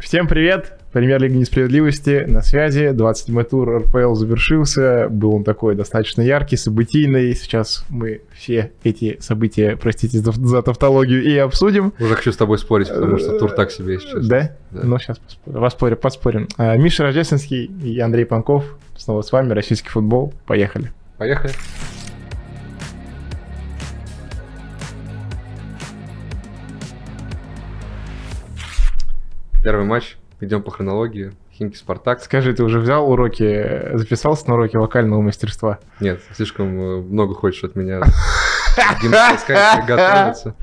Всем привет! Премьер Лига Несправедливости на связи. 27-й тур РПЛ завершился. Был он такой достаточно яркий, событийный. Сейчас мы все эти события, простите за, за тавтологию, и обсудим. Уже хочу с тобой спорить, потому что тур так себе сейчас. Да? Ну, сейчас поспорим, поспорим. А, Миша Рождественский и Андрей Панков. Снова с вами. Российский футбол. Поехали. Поехали. Первый матч. Идем по хронологии. Химки Спартак. Скажи, ты уже взял уроки, записался на уроки вокального мастерства? Нет, слишком э, много хочешь от меня. Гимнастика готовится.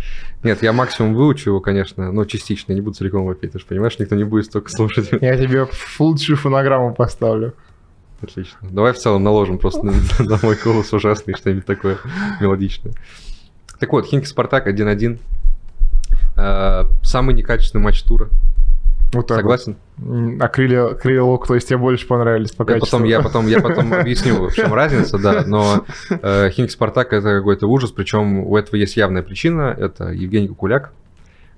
Нет, я максимум выучу его, конечно, но частично, не буду целиком вопить, ты же понимаешь, никто не будет столько слушать. Я тебе лучшую фонограмму поставлю. Отлично. Давай в целом наложим просто на, на мой голос ужасный, что-нибудь такое мелодичное. Так вот, Химки Спартак 1-1. Э, Самый некачественный матч тура. Вот так вот. Согласен? М, А крылья, крылья лук, то есть тебе больше понравились по Я потом, качеству? я, потом, я потом объясню, в чем разница, да, но э, Химки Спартак это какой-то ужас, причем у этого есть явная причина, это Евгений Кукуляк,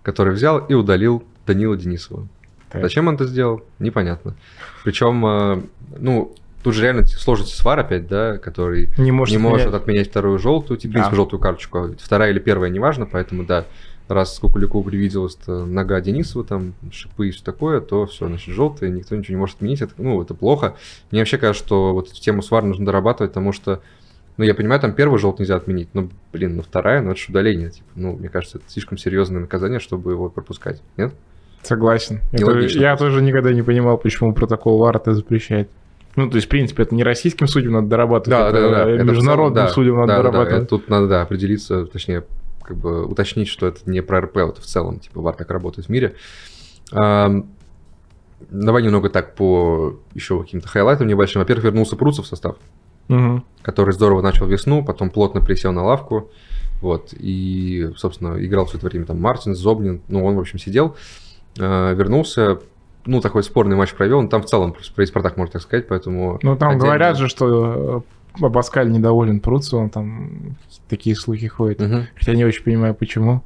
который взял и удалил Данила Денисова. Так. Зачем он это сделал, непонятно. Причем, э, ну, тут же реально сложится свар опять, да, который Не может не может менять. отменять вторую желтую, типа, в Да. принципе, желтую карточку, а вторая или первая, неважно, поэтому, да, раз Кукуляку привиделась то э, нога Денисова, там, шипы и все такое, то все, значит, желтое, никто ничего не может отменить, это, ну, это плохо. Мне вообще кажется, что вот эту тему свар нужно дорабатывать, потому что, ну, я понимаю, там первую желтую нельзя отменить, но, блин, ну, вторая, ну, это же удаление, типа, ну, мне кажется, это слишком серьезное наказание, чтобы его пропускать, нет? Согласен. Я, Нелогично тоже, я просто. тоже никогда не понимал, почему протокол ВАР это запрещает. Ну, то есть, в принципе, это не российским судьям надо дорабатывать, это э, это в целом, международным да, судьям надо да, да, да, дорабатывать. это тут надо да, определиться, точнее, как бы уточнить, что это не про РПЛ, это в целом, типа, ВАР как работает в мире. Ам, давай немного так по еще каким-то хайлайтам небольшим. Во-первых, вернулся Пруцев в состав, Мгм. который здорово начал весну, потом плотно присел на лавку. Вот, и, собственно, играл все это время там Мартин, Зобнин, ну, он, в общем, сидел, Э, вернулся, ну, такой спорный матч провел, ну, там в целом про про Спартак, можно так сказать, поэтому... Ну, там отдельно- говорят же, что э, Абаскаль недоволен Пруцевым, там такие слухи ходят. Мгм. Хотя не очень понимаю, почему.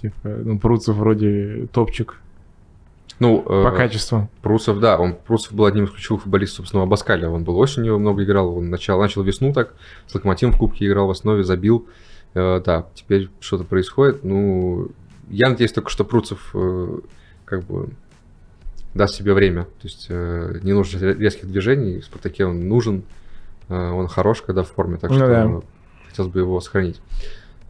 Типа, ну, Пруцев вроде топчик Ну, э, по качеству. Прусов, да, он Прусов был одним из ключевых футболистов, собственно, Абаскаля. Он был осенью, много играл, он начал, начал весну так, с Локомотивом в Кубке играл в основе, забил. Э, да, теперь что-то происходит. Ну, я надеюсь только, что Пруцев э, как бы даст себе время. То есть э, не нужно ре- резких движений, в Спартаке он нужен, э, он хорош, когда в форме, так Ну что да. хотелось бы его сохранить.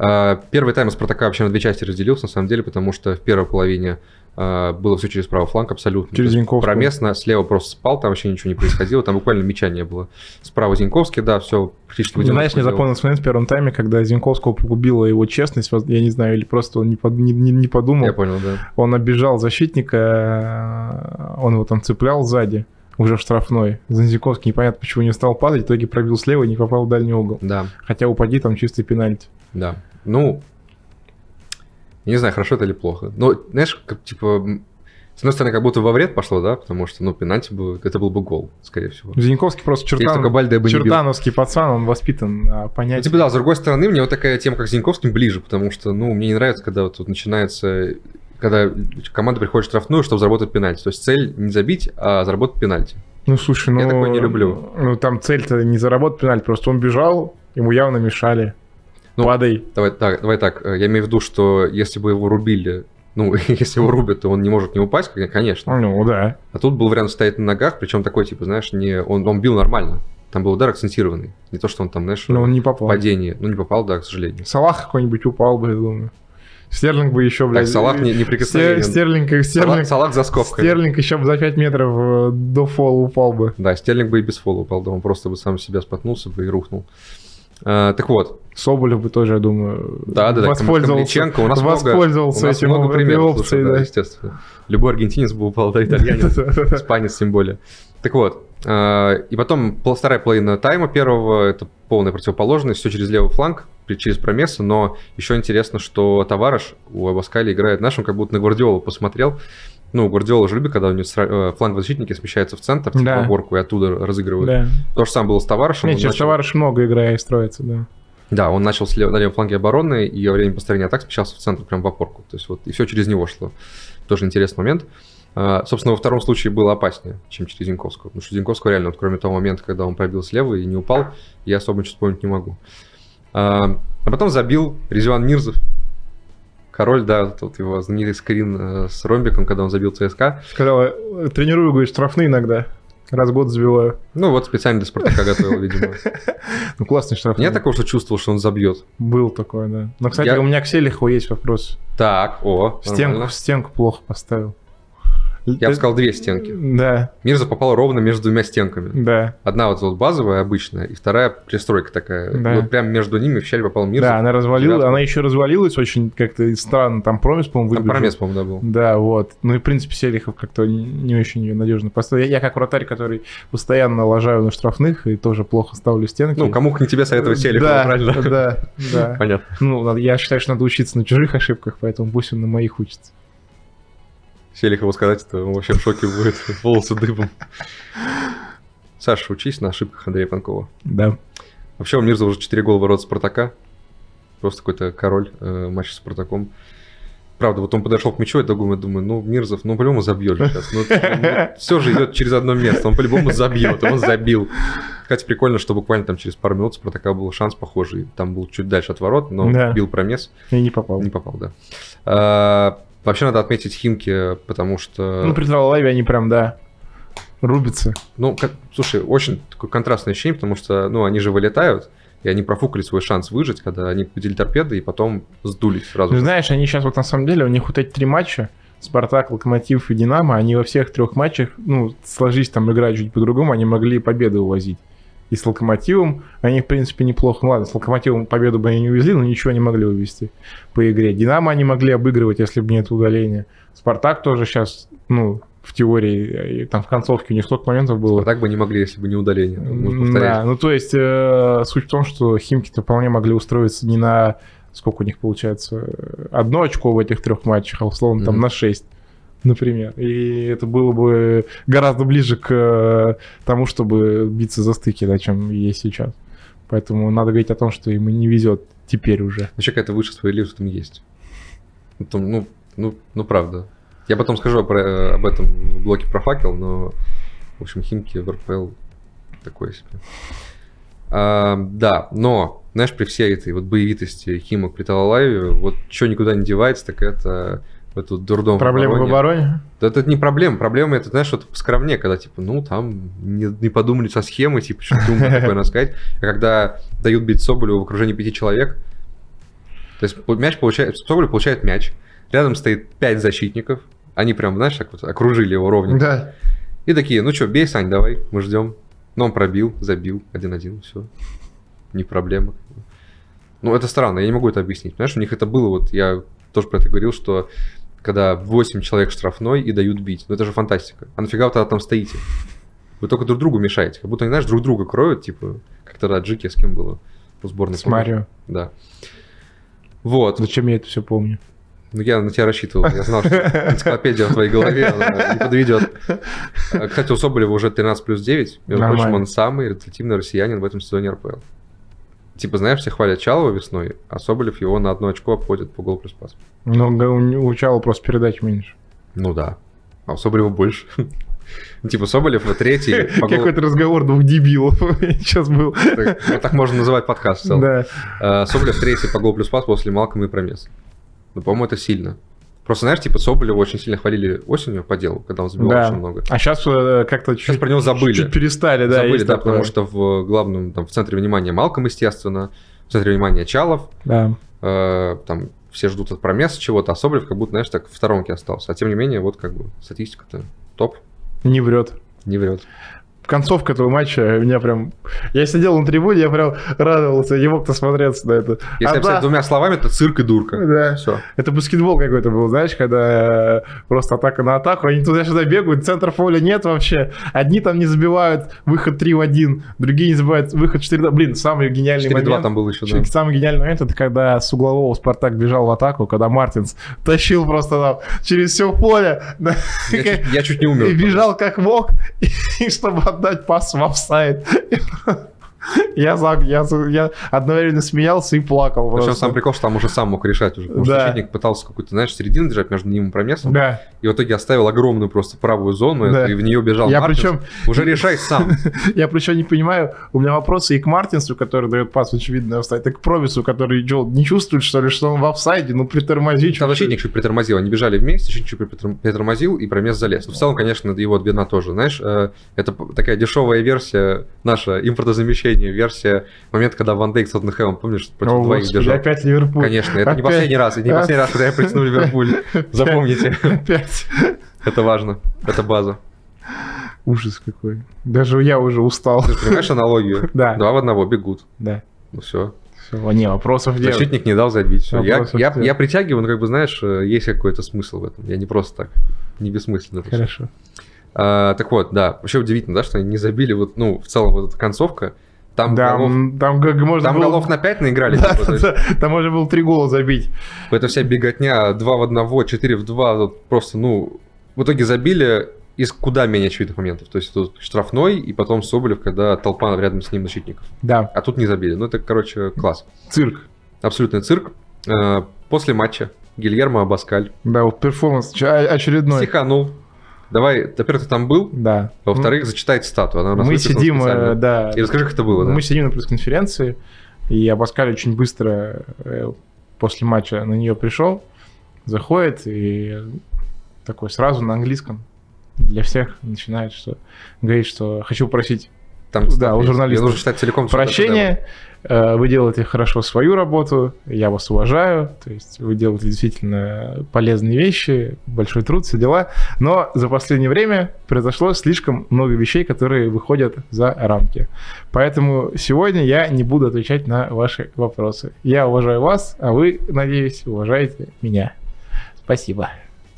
А, Первый тайм у Спартака вообще на две части разделился, на самом деле, потому что в первой половине а, было все через правый фланг абсолютно. Через То есть Зиньковского. Промесно, слева просто спал, там вообще ничего не происходило, там буквально мяча не было. Справа Зиньковский, да, все практически в одиночку Ну, Знаешь, мне делал. запомнился момент в первом тайме, когда Зинковского погубила его честность, воз- я не знаю, или просто он не, под- не- не- не подумал. Я понял, да. Он обижал защитника, э, он его там цеплял сзади, уже в штрафной. Занзиковский непонятно, почему не стал падать, в итоге пробил слева и не попал в дальний угол. Да, Хотя упади там чистый пенальти. да. Ну, я не знаю, хорошо это или плохо. Но, знаешь, как, типа, м, с одной стороны, как будто во вред пошло, да, потому что, ну, пенальти бы, это был бы гол, скорее всего. Зиньковский просто Если только чертан, Бальде бы не бил. чертановский пацан, он воспитан а, Ну, понять. типа, да, с другой стороны, мне вот такая тема, как с Зиньковским, ближе, потому что, ну, мне не нравится, когда вот тут начинается, когда команда приходит в штрафную, чтобы заработать пенальти. То есть цель не забить, а заработать пенальти. Ну, слушай, ну... Я такое не люблю. Ну, там цель-то не заработать пенальти, просто он бежал, ему явно мешали. Ну, Падай. Давай так, давай так, э, я имею в виду, что если бы его рубили, ну, если его рубят, то он не может не упасть, кон- конечно. Ну, да. А тут был вариант стоять на ногах, причем такой, типа, знаешь, не он, он бил нормально. Там был удар акцентированный. Не то, что он там, знаешь, Но Ну, он не попал. падение. Ну, не попал, да, к сожалению. Салах какой-нибудь упал бы, я думаю. Стерлинг бы еще, блядь... Так, Салах не, не Стер- прикосновенен. Стерлинг, Салах, Стерлинг, Салах за скобкой. Стерлинг еще бы за 5 метров э, до фола упал бы. Да, Стерлинг бы и без фола упал, да, он просто бы сам себя споткнулся бы и рухнул. А, так вот, Соболев бы тоже, я думаю, да, да, да, воспользовался, Камличенко, у нас воспользовался много, у нас этим много этой примеров, опцией, слушай, да, естественно. Любой аргентинец бы упал, да, да. итальянец. Да-да-да. Испанец тем более. Так вот, э, и потом пол- вторая половина тайма первого, это полная противоположность, все через левый фланг, при- через промесы, но еще интересно, что товарищ у Абаскали играет нашим, как будто на Гвардиолу посмотрел. Ну, Гвардиола же любит, когда у него сра- э, фланг защитники смещается в центр, типа, Да. в уборку, и оттуда разыгрывают. Да. То же самое было с товарищем. Не, он сейчас начал- товарищ много играя и строится, да. Да, он начал с лев- на левом фланге обороны, и во время построения атак смещался в центр, прям в опорку. То есть вот, и все через него шло. Тоже интересный момент. А, Собственно, во втором случае было опаснее, чем через Зинковского. Потому что Зинковского реально, вот кроме того момента, когда он пробил слева и не упал, я особо ничего вспомнить не могу. А а потом забил Резван Мирзов. Король, да, тут его знаменитый скрин э, с ромбиком, когда он забил ЦСКА. Сказала, «Э, тренирую, говорит, штрафные иногда. Раз в год забиваю. Ну, вот специально для Спартака готовил, видимо. Ну, классный штраф. Нет такого, что чувствовал, что он забьет. Был такой, да. Но, кстати, Я- у меня к Селиху есть вопрос. Так, о, В стенку, нормально. в стенку плохо поставил. Я бы сказал две стенки. Да, Мирзов попал ровно между двумя стенками. да. Одна вот, вот базовая, обычная, и вторая пристройка такая. Да. И вот прям между ними в щель попал Мирзов. Да, она развалилась, девятку. она еще развалилась очень как-то странно, там промис, по-моему, Там выглядел. промес, по-моему, да, был. Да, вот. Ну и, в принципе, Селихов как-то не, не очень ее надежно поставил. Я, я как вратарь, который постоянно лажаю на штрафных и тоже плохо ставлю стенки. Ну, кому как не тебе советовать сели, да, правильно? Да, да. Понятно. Ну, надо- я считаю, что надо учиться на чужих ошибках, поэтому пусть он на моих учится. Селихову сказать, это он вообще в шоке будет, волосы дыбом. Саша, учись на ошибках Андрея Панкова. Да. Вообще, у Мирза уже 4 гола в ворот Спартака. Просто какой-то король э, матча с Спартаком. Правда, вот он подошел к мячу, я думаю, думаю, ну, Мирзов, ну, по-любому забьет же сейчас. все же идет через одно место, он по-любому забьет, и он забил. Кстати, прикольно, что буквально там через пару минут у Спартака был шанс похожий. Там был чуть дальше от ворот, но Да. бил промес. Я не попал. Не попал, да. А, вообще надо отметить Химки, потому что... Ну, при Тралалаве они прям, да, рубятся. Ну, как- слушай, очень такое контрастное ощущение, потому что, ну, они же вылетают, и они профукали свой шанс выжить, когда они победили торпеды и потом сдулись сразу. Ну, же. знаешь, они сейчас вот на самом деле, у них вот эти три матча, Спартак, Локомотив и Динамо, они во всех трех матчах, ну, сложись там игра чуть по-другому, они могли победу увозить. И с Локомотивом они, в принципе, неплохо. Ну ладно, с Локомотивом победу бы они не увезли, но ничего не могли увезти по игре. Динамо они могли обыгрывать, если бы не это удаление. Спартак тоже сейчас, ну, в теории, э, там в концовке у них столько моментов было. Так бы не могли, если бы не удаление. Можно Э, Да, повторять. ну то есть э, суть в том, что Химки-то вполне могли устроиться не на сколько у них получается э, одно очко в этих трех матчах, а условно там Мгм. на шесть, например. И это было бы гораздо ближе к э, тому, чтобы биться за стыки, да, чем есть сейчас. Поэтому надо говорить о том, что им и не везет теперь уже. Вообще какая-то Ну, выше справедливость в этом есть. Ну, там, ну, ну, ну, правда. Я потом скажу про- об этом в блоке про факел, но, в общем, Химки в РПЛ такое себе. А, да, но, знаешь, при всей этой вот боевитости Химок при Талалаеве, вот что никуда не девается, так это в эту дурдом Проблемы в обороне? Да это не проблема. Проблема это, знаешь, вот поскромнее, когда, типа, ну, там, не, не подумали со схемой, типа, что думали такое надо сказать. А когда дают бить Соболю в окружении пяти человек, то есть пу- мяч получает, Соболь получает мяч, рядом стоит пять защитников, они прям, знаешь, так вот окружили его ровненько. Да. И такие, ну что, бей, Сань, давай, мы ждем. Ну, он пробил, забил, 1-1, все. Не проблема. Ну, это странно, я не могу это объяснить. Понимаешь, у них это было, вот я тоже про это говорил, что когда 8 человек штрафной и дают бить. Ну, это же фантастика. А нафига вы тогда там стоите? Вы только друг другу мешаете. Как будто, они, знаешь, друг друга кроют, типа, как тогда Джики с кем было у сборной. С Марио. Да. Вот. Зачем я это все помню? Ну, я на тебя рассчитывал. Я знал, что энциклопедия в твоей голове она не подведет. А, Кстати, у Соболева уже 13 плюс 9. Между Нормально. прочим, он самый результативный россиянин в этом сезоне РПЛ. Типа, знаешь, все хвалят Чалова весной, а Соболев его на одно очко обходит по голу плюс пас. Но Ну, га- у у Чала просто передач меньше. Ну да. А у Соболева больше. Ну, Типа, Соболев вот третий. по голу- Какой-то разговор двух дебилов сейчас был. Так, ну, так можно называть подкаст в целом. Да. А, Соболев третий по голу плюс пас после Малкома и Промес. Ну, по-моему, это сильно. Просто, знаешь, типа Соболева очень сильно хвалили осенью по делу, когда он забивал Да. очень много. А сейчас как-то Сейчас чуть, про него забыли. чуть перестали, да, забыли, есть да, такое. потому что в главном, там, в центре внимания Малком, естественно, в центре внимания Чалов, Да. э, там все ждут от промеса чего-то, а Соболев как будто, знаешь, так в сторонке остался. А тем не менее, вот как бы статистика-то топ, Не врет. не врет. Концовка этого матча меня прям... Я сидел на трибуне, я прям радовался, не мог насмотреться на это. Если Одна- описать двумя словами, это цирк и дурка. Да. Все. Это баскетбол какой-то был, знаешь, когда э, просто атака на атаку, они туда-сюда бегают, центр поля нет вообще. Одни там не забивают выход 3 в 1, другие не забивают выход 4 в- Блин, самый гениальный 4-2 момент. там было еще, да. Чё- Самый гениальный момент это когда с углового Спартак бежал в атаку, когда Мартинс тащил просто там через все поле. да, Я как- чуть, я чуть не И умер. бежал как мог, и, чтобы отдать пас в офсайд. Я, за- я, за- я одновременно смеялся и плакал. Причем просто. сам прикол, что там уже сам мог решать уже. Потому Да. что защитник пытался какую-то, знаешь, середину держать между ним и промесом. Да. И в итоге оставил огромную просто правую зону, Да. и в нее бежал Я Мартинс. причем- Уже решай сам. Я причем не понимаю, у меня вопросы и к Мартинсу, который дает пас, очевидно, офсайд, и к Промису, который Джол не чувствует, что ли, что он в офсайде, ну притормози. Там чуть-чуть. защитник чуть притормозил, они бежали вместе, защитник чуть притор- притормозил и промес залез. Но в целом, конечно, его вина тоже, знаешь, э, это п- такая дешевая версия, наша импортозамещение, версия момента, когда Ван Дейк с Тоттенхэмом, помнишь, против О, двоих господи, бежал. опять Ливерпуль. Конечно, это не Опять. последний раз, это не А. последний раз, когда я притяну Ливерпуль. Запомните, Опять. это важно, это база. Ужас какой. Даже я уже устал. Ты же понимаешь аналогию? Да. Два в одного бегут. Да. Ну все. Всё, не, вопросов нет. Защитник не дал забить. Все. Я, Вопросов я, нет. я притягиваю, но как бы знаешь, э, есть какой-то смысл в этом. Я не просто так, не бессмысленно. это всё. Хорошо. А, так вот, да, вообще удивительно, да, что они не забили вот, ну, в целом вот эта концовка. Там Да, голов, м, там, как можно там было- голов на 5 наиграли. Да, типа, то есть да, там можно было три гола забить. Это вся беготня, 2 в 1, 4 в 2, вот просто, ну, в итоге забили из куда менее очевидных моментов. То есть тут штрафной и потом Соболев, когда толпа рядом с ним защитников. Да, А тут не забили. Ну, это, короче, класс. цирк. Абсолютный цирк. Э, После матча Гильермо Абаскаль Да, вот перформанс ч- о- очередной. стиханул. Давай, во-первых, ты там был, Да. во-вторых, зачитай цитату. Она у нас мы выписана сидим, специально. э, да. И расскажи, как это было. да. Мы сидим на пресс-конференции, и Абаскаль очень быстро э, после матча на нее пришел, заходит и такой сразу на английском для всех начинает, что говорит, что хочу просить Там, Да, цитата у есть. журналистов. Я должен читать целиком. цитату, прощения, э, вы делаете хорошо свою работу, я вас уважаю, то есть вы делаете действительно полезные вещи, большой труд, все дела, но за последнее время произошло слишком много вещей, которые выходят за рамки. Поэтому сегодня я не буду отвечать на ваши вопросы. Я уважаю вас, а вы, надеюсь, уважаете меня. Спасибо.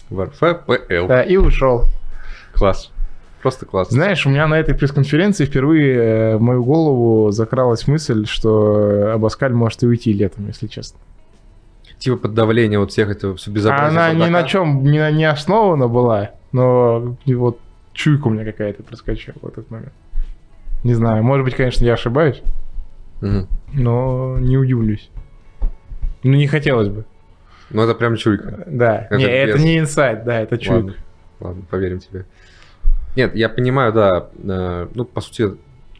да. В РФПЛ. Да, и ушел. Класс. Просто класс. Знаешь, у меня на этой пресс-конференции впервые э, в мою голову закралась мысль, что Абаскаль может и уйти летом, если честно. А Типа под давление вот всех этого все безобразия. Она ни бардака. на чем не, не основана была, но и вот чуйка у меня какая-то проскочила в этот момент. Не знаю, может быть, конечно, я ошибаюсь, Мгм. но не удивлюсь. Ну, не хотелось бы. Ну это прям чуйка. Да. Это не, это без. не инсайт, да, это чуйка. Ладно. Ладно, поверим тебе. Нет, я понимаю, да, э, ну, по сути,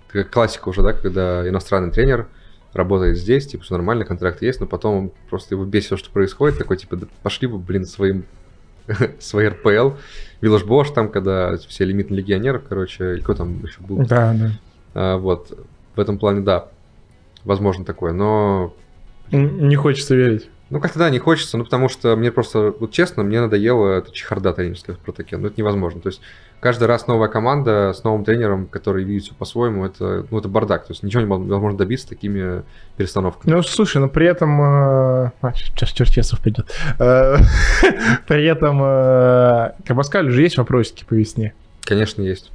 такая классика уже, да, когда иностранный тренер работает здесь, типа, все нормально, контракт есть, но потом он просто его бесит все, что происходит, такой, типа, «Да пошли бы, блин, своим, свои РПЛ, Виллаж Бош там, когда все лимитные легионеров, короче, или кто там еще был, Да, да. А, вот, в этом плане, да, возможно такое, но... Н- Не хочется верить. Ну, как-то да, не хочется, ну, потому что мне просто, вот честно, мне надоело эта чехарда тренерская в Протаке, ну, это невозможно, то есть каждый раз новая команда с новым тренером, который видит все по-своему, это, ну, это бардак, то есть ничего невозможно добиться такими перестановками. Ну, слушай, но при этом... э, А, сейчас Черчесов придет. Э, При этом э, к Абаскалю же есть вопросики по весне. Конечно, есть.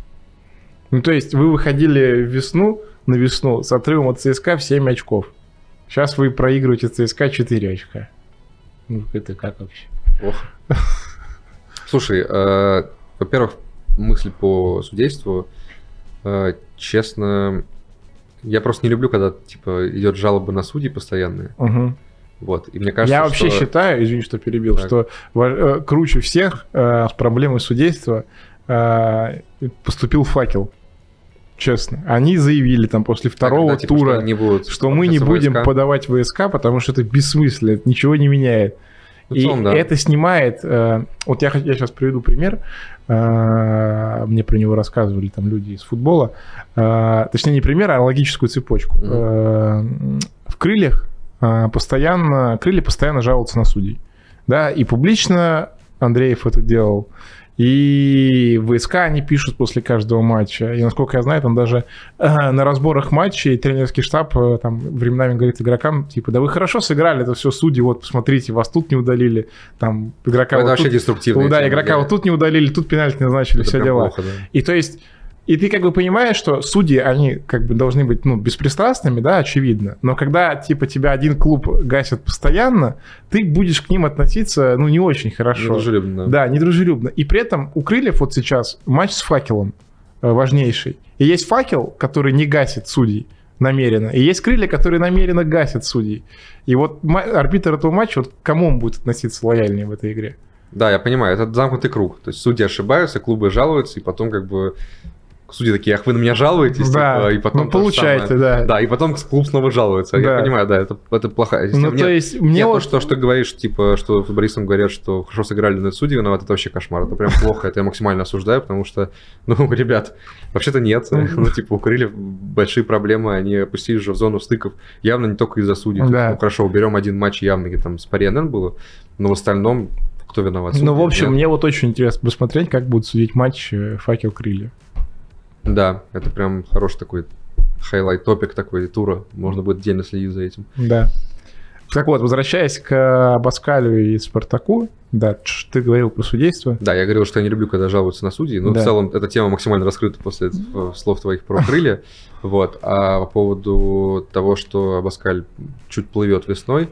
Ну, то есть вы выходили в весну, на весну с отрывом от ЦСКА в 7 очков. Сейчас вы проигрываете ЦСКА 4 очка. Ну, это как вообще? Ох. Слушай, э, во-первых, мысль по судейству. Э, честно, я просто не люблю, когда типа идет жалобы на судьи постоянные. Вот. И мне кажется, Я вообще что... считаю, извини, что перебил, Так. что ва- э, круче всех э, с проблемой судейства э, поступил факел. Честно. Они заявили там после Да, второго когда, типа, тура... что они не будут что мы не обращаться в будем войска. подавать ВСК, потому что это бессмысленно, это ничего не меняет. Ну, в и целом, да. это снимает... э, вот я, сейчас приведу пример. Э, мне про него рассказывали там люди из футбола. Э, точнее, не пример, а логическую цепочку. Мгм. Э, в крыльях э, постоянно... Крылья постоянно жалуются на судей. Да, и публично Андреев это делал. И ВСК они пишут после каждого матча. И насколько я знаю, там даже э, на разборах матчей тренерский штаб э, там временами говорит игрокам, типа, да вы хорошо сыграли, это все судьи, вот посмотрите, вас тут не удалили, там игрока, Это вот вообще тут, деструктивно. да, игрока вот тут не удалили, тут пенальти назначили, все дела. И то есть, и ты как бы понимаешь, что судьи, они как бы должны быть, ну, беспристрастными, да, очевидно. Но когда, типа, тебя один клуб гасит постоянно, ты будешь к ним относиться, ну, не очень хорошо. Да, недружелюбно. И при этом у крыльев вот сейчас матч с факелом э, важнейший. И есть факел, который не гасит судей. намеренно. И есть крылья, которые намеренно гасят судей. И вот ма- арбитр этого матча, вот к кому он будет относиться лояльнее в этой игре? Да, я понимаю, это замкнутый круг. То есть судьи ошибаются, клубы жалуются, и потом как бы судьи такие, ах, вы на меня жалуетесь, Да, типа, и потом... ну, то же получаете, самое. да. Да, и потом клуб снова жалуется. Я Да. понимаю, да, это, это плохая система. ну, то Нет, есть, мне нет, вот... то, что, что ты говоришь, типа, что футболистам говорят, что хорошо сыграли, но судьи виноваты, это вообще кошмар. Это прям плохо, это я максимально осуждаю, потому что, ну, ребят, вообще-то нет. Ну, типа, у Крыльев большие проблемы, они опустились же в зону стыков, явно не только из-за судей. Да. Ну, хорошо, уберем один матч явно, где там с Пари НН было, но в остальном кто виноват? Ну, в Судьи? общем, Нет. мне вот очень интересно посмотреть, как будут судить матч э, «Факел крылья». Да, это прям хороший такой хайлайт-топик такой тура. Можно будет отдельно следить за этим. Да. Так вот, возвращаясь к Баскалю и Спартаку, да, тш, ты говорил про судейство. Да, я говорил, что я не люблю, когда жалуются на судей, но Да. в целом эта тема максимально раскрыта после э, слов твоих про крылья. Вот. А по поводу того, что Абаскаль чуть плывет весной,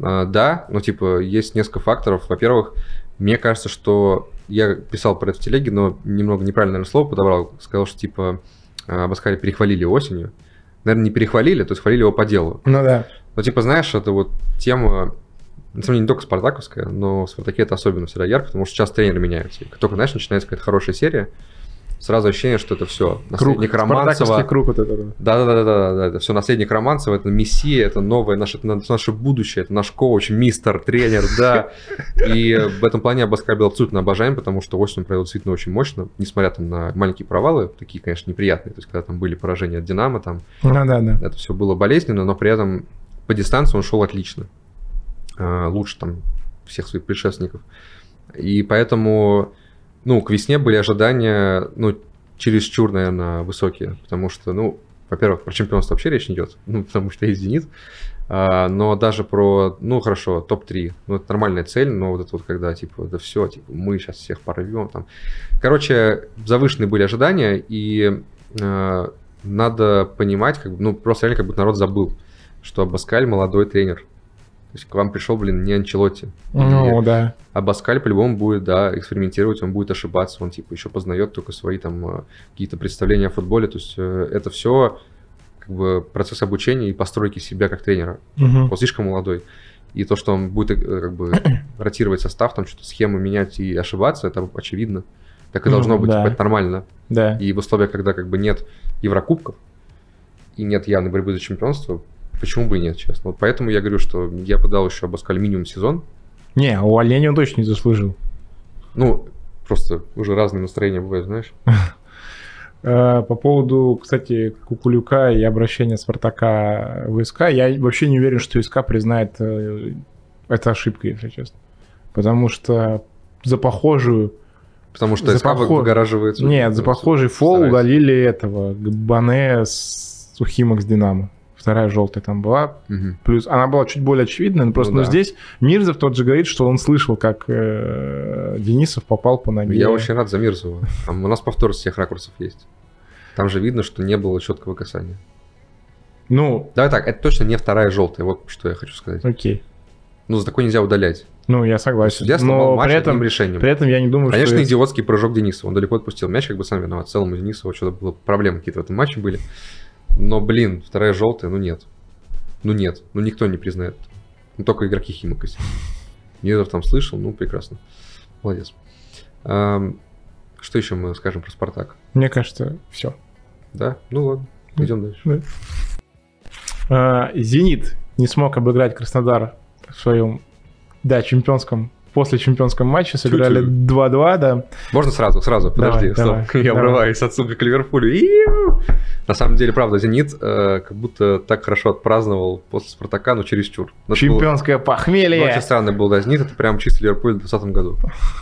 а, да, ну типа есть несколько факторов. Во-первых, мне кажется, что я писал про это в телеге, но немного неправильно наверное, слово подобрал. Сказал, что типа а, Абаскаля перехвалили осенью. Наверное, не перехвалили, то есть хвалили его по делу. Ну да. Ну, типа, знаешь, это вот тема, на самом деле, не только спартаковская, но в «Спартаке» это особенно всегда ярко, потому что сейчас тренеры меняются. И как только, знаешь, начинается какая-то хорошая серия, сразу ощущение, что это все. Наследник спартаковский Романцева. круг вот этот. вот. Да, да, да, да, да, это все наследник Романцева, это мессия, это новое, наше, это наше будущее, это наш коуч, мистер, тренер, да. И в этом плане Абаскаль был абсолютно обожаем, потому что осень он провел действительно очень мощно, несмотря там на маленькие провалы, такие, конечно, неприятные, то есть когда там были поражения от Динамо, там Ну да, да. это все было болезненно, но при этом по дистанции он шел отлично. А, Лучше там всех своих предшественников. И поэтому, ну, к весне были ожидания, ну, чересчур, наверное, высокие. Потому что, ну, во-первых, про чемпионство вообще речь не идет, ну, потому что есть «Зенит». А, но даже про, ну, хорошо, топ-3, ну, это нормальная цель, но вот это вот когда, типа, да все, типа, мы сейчас всех порвем, там. Короче, завышенные были ожидания, и э, надо понимать, как бы, ну, просто реально как будто народ забыл, что Абаскаль молодой тренер. То есть к вам пришел, блин, не Анчелотти. Ну да. А Баскаль по-любому будет, да, экспериментировать, он будет ошибаться, он типа еще познает только свои там э, какие-то представления о футболе. То есть э, это все как бы процесс обучения и постройки себя как тренера. Мгм. Он слишком молодой. И то, что он будет э, как бы ротировать состав, там что-то схему менять и ошибаться, это очевидно. Так и Ну, должно быть, да. типа, это нормально. Да. И в условиях, когда как бы нет Еврокубков и нет явной борьбы за чемпионство, почему бы и нет, честно. Вот поэтому я говорю, что я подал еще Абаскаль минимум сезон, Не, у Оленя он точно не заслужил. Ну, просто уже разные настроения бывают, знаешь. Э, По поводу, кстати, Кукулюка и обращения Спартака в СК, я вообще не уверен, что СК признает э, это ошибкой, если честно. Потому что за похожую... Потому что За СК поход- выгораживается. Нет, за Ну, похожий фол старается. удалили этого. Бане с Сухимок с Динамо. Вторая желтая там была. Мгм. Плюс она была чуть более очевидная, но просто Ну ну, да. здесь Мирзов тот же говорит, что он слышал, как э, Денисов попал по ноге. Я очень рад за Мирзова. Там у нас повтор с всех ракурсов есть. Там же видно, что не было четкого касания. Ну, Давай так, это точно не вторая желтая, вот что я хочу сказать. окей. Ну, за такое нельзя удалять. Ну, я согласен. Судья сломал но матч при одним этом, решением. при этом я не думаю, Конечно, что... идиотский прыжок Дениса. Он далеко отпустил мяч, как бы сам виноват. В целом у Денисова что-то было проблемы какие-то в этом матче были. Но, блин, вторая желтая, ну нет. Ну нет, ну никто не признает. Ну только игроки Химок, если. Низов там слышал, ну прекрасно. Молодец. Ам, что еще мы скажем про Спартак? Мне кажется, все. Да? Ну ладно, идем дальше. А, Зенит не смог обыграть Краснодар в своем, да, чемпионском, после чемпионском матче. Сыграли Тю-тю. 2-2, да. Можно сразу, сразу, подожди, Давай, давай, стоп. Я давай. обрываюсь от сука к Ливерпулю. Иу! На самом деле, правда, Зенит э, как будто так хорошо отпраздновал после Спартака, но чересчур. Надо было- Чемпионское Ну, похмелье. Очень странный был да, Зенит, это прям чистый Ливерпуль в 2020 году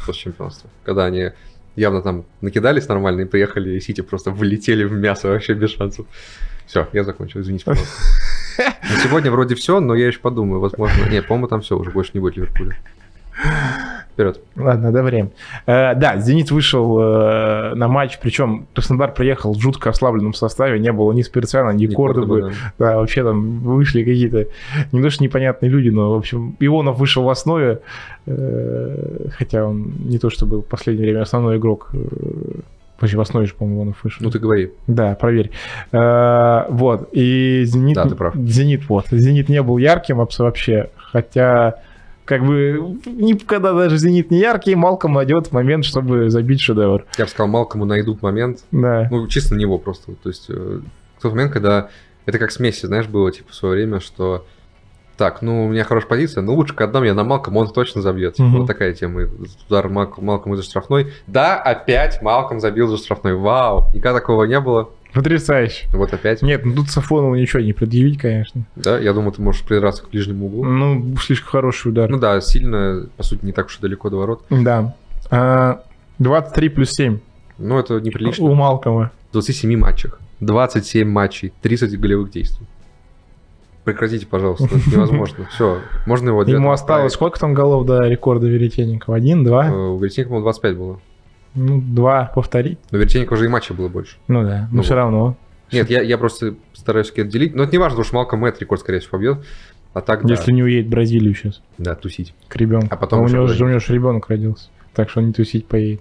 после чемпионства. Когда они явно там накидались нормально и приехали, и Сити просто влетели в мясо вообще без шансов. Все, я закончил, извините, пожалуйста. На сегодня вроде все, но я еще подумаю, возможно... Не, по-моему, там все, уже больше не будет Ливерпуля. Вперед. Ладно, да, время. Э, да, Зенит вышел э, на матч, причем Краснодар приехал в жутко ослабленном составе, не было ни Спирциана, ни, Не Кордобы. Кордобы, Да, вообще там вышли какие-то не то что непонятные люди, но, в общем, Ионов вышел в основе, э, хотя он не то чтобы в последнее время основной игрок э, Подожди, в основе же, по-моему, Иванов вышел. Ну ты говори. Да, проверь. Э, Вот, и «Зенит». Да, ты прав. «Зенит», вот. «Зенит» не был ярким абс- вообще, хотя... Как бы, ни- когда даже «Зенит» не яркий, Малком найдет момент, чтобы забить шедевр. Я бы сказал, Малкому найдут момент. Да. Ну, чисто на него просто. вот, То есть э, тот момент, когда... Это как с Месси, знаешь, было типа в свое время, что... Так, ну, у меня хорошая позиция, но лучше к отдам я на Малком, он точно забьет. Типа, Мгм. Вот такая тема. И Удар Мал- Малком из-за штрафной. Да, опять Малком забил за штрафной. Вау! Никогда такого не было. Потрясающе. Вот опять. Нет, ну тут Сафонову ничего не предъявить, конечно. Да, я думаю, ты можешь придраться к ближнему углу. Ну, слишком хороший удар. Ну да, сильно, по сути, не так уж и далеко до ворот. Да. А, 23 плюс 7 Но это неприлично. у Малкома. В 27 матчах. 27 матчей, 30 голевых действий. Прекратите, пожалуйста, это невозможно. Все, можно его ответ Ему осталось сколько там голов до рекорда Веретенникова? Один, отправить. два? Э, У Веретенника, по-моему, 25 было. Ну, два повторить. Но Веретенника уже и матча было больше. Ну да, Ну но все вот. равно. Нет, я, я просто стараюсь это делить. Но это не важно, потому что Малком этот рекорд, скорее всего, побьет. А так, да, Если не уедет в Бразилию сейчас да, тусить. к ребенку. А потом у еще него же поедет. у него же ребенок родился. Так что он не тусить поедет.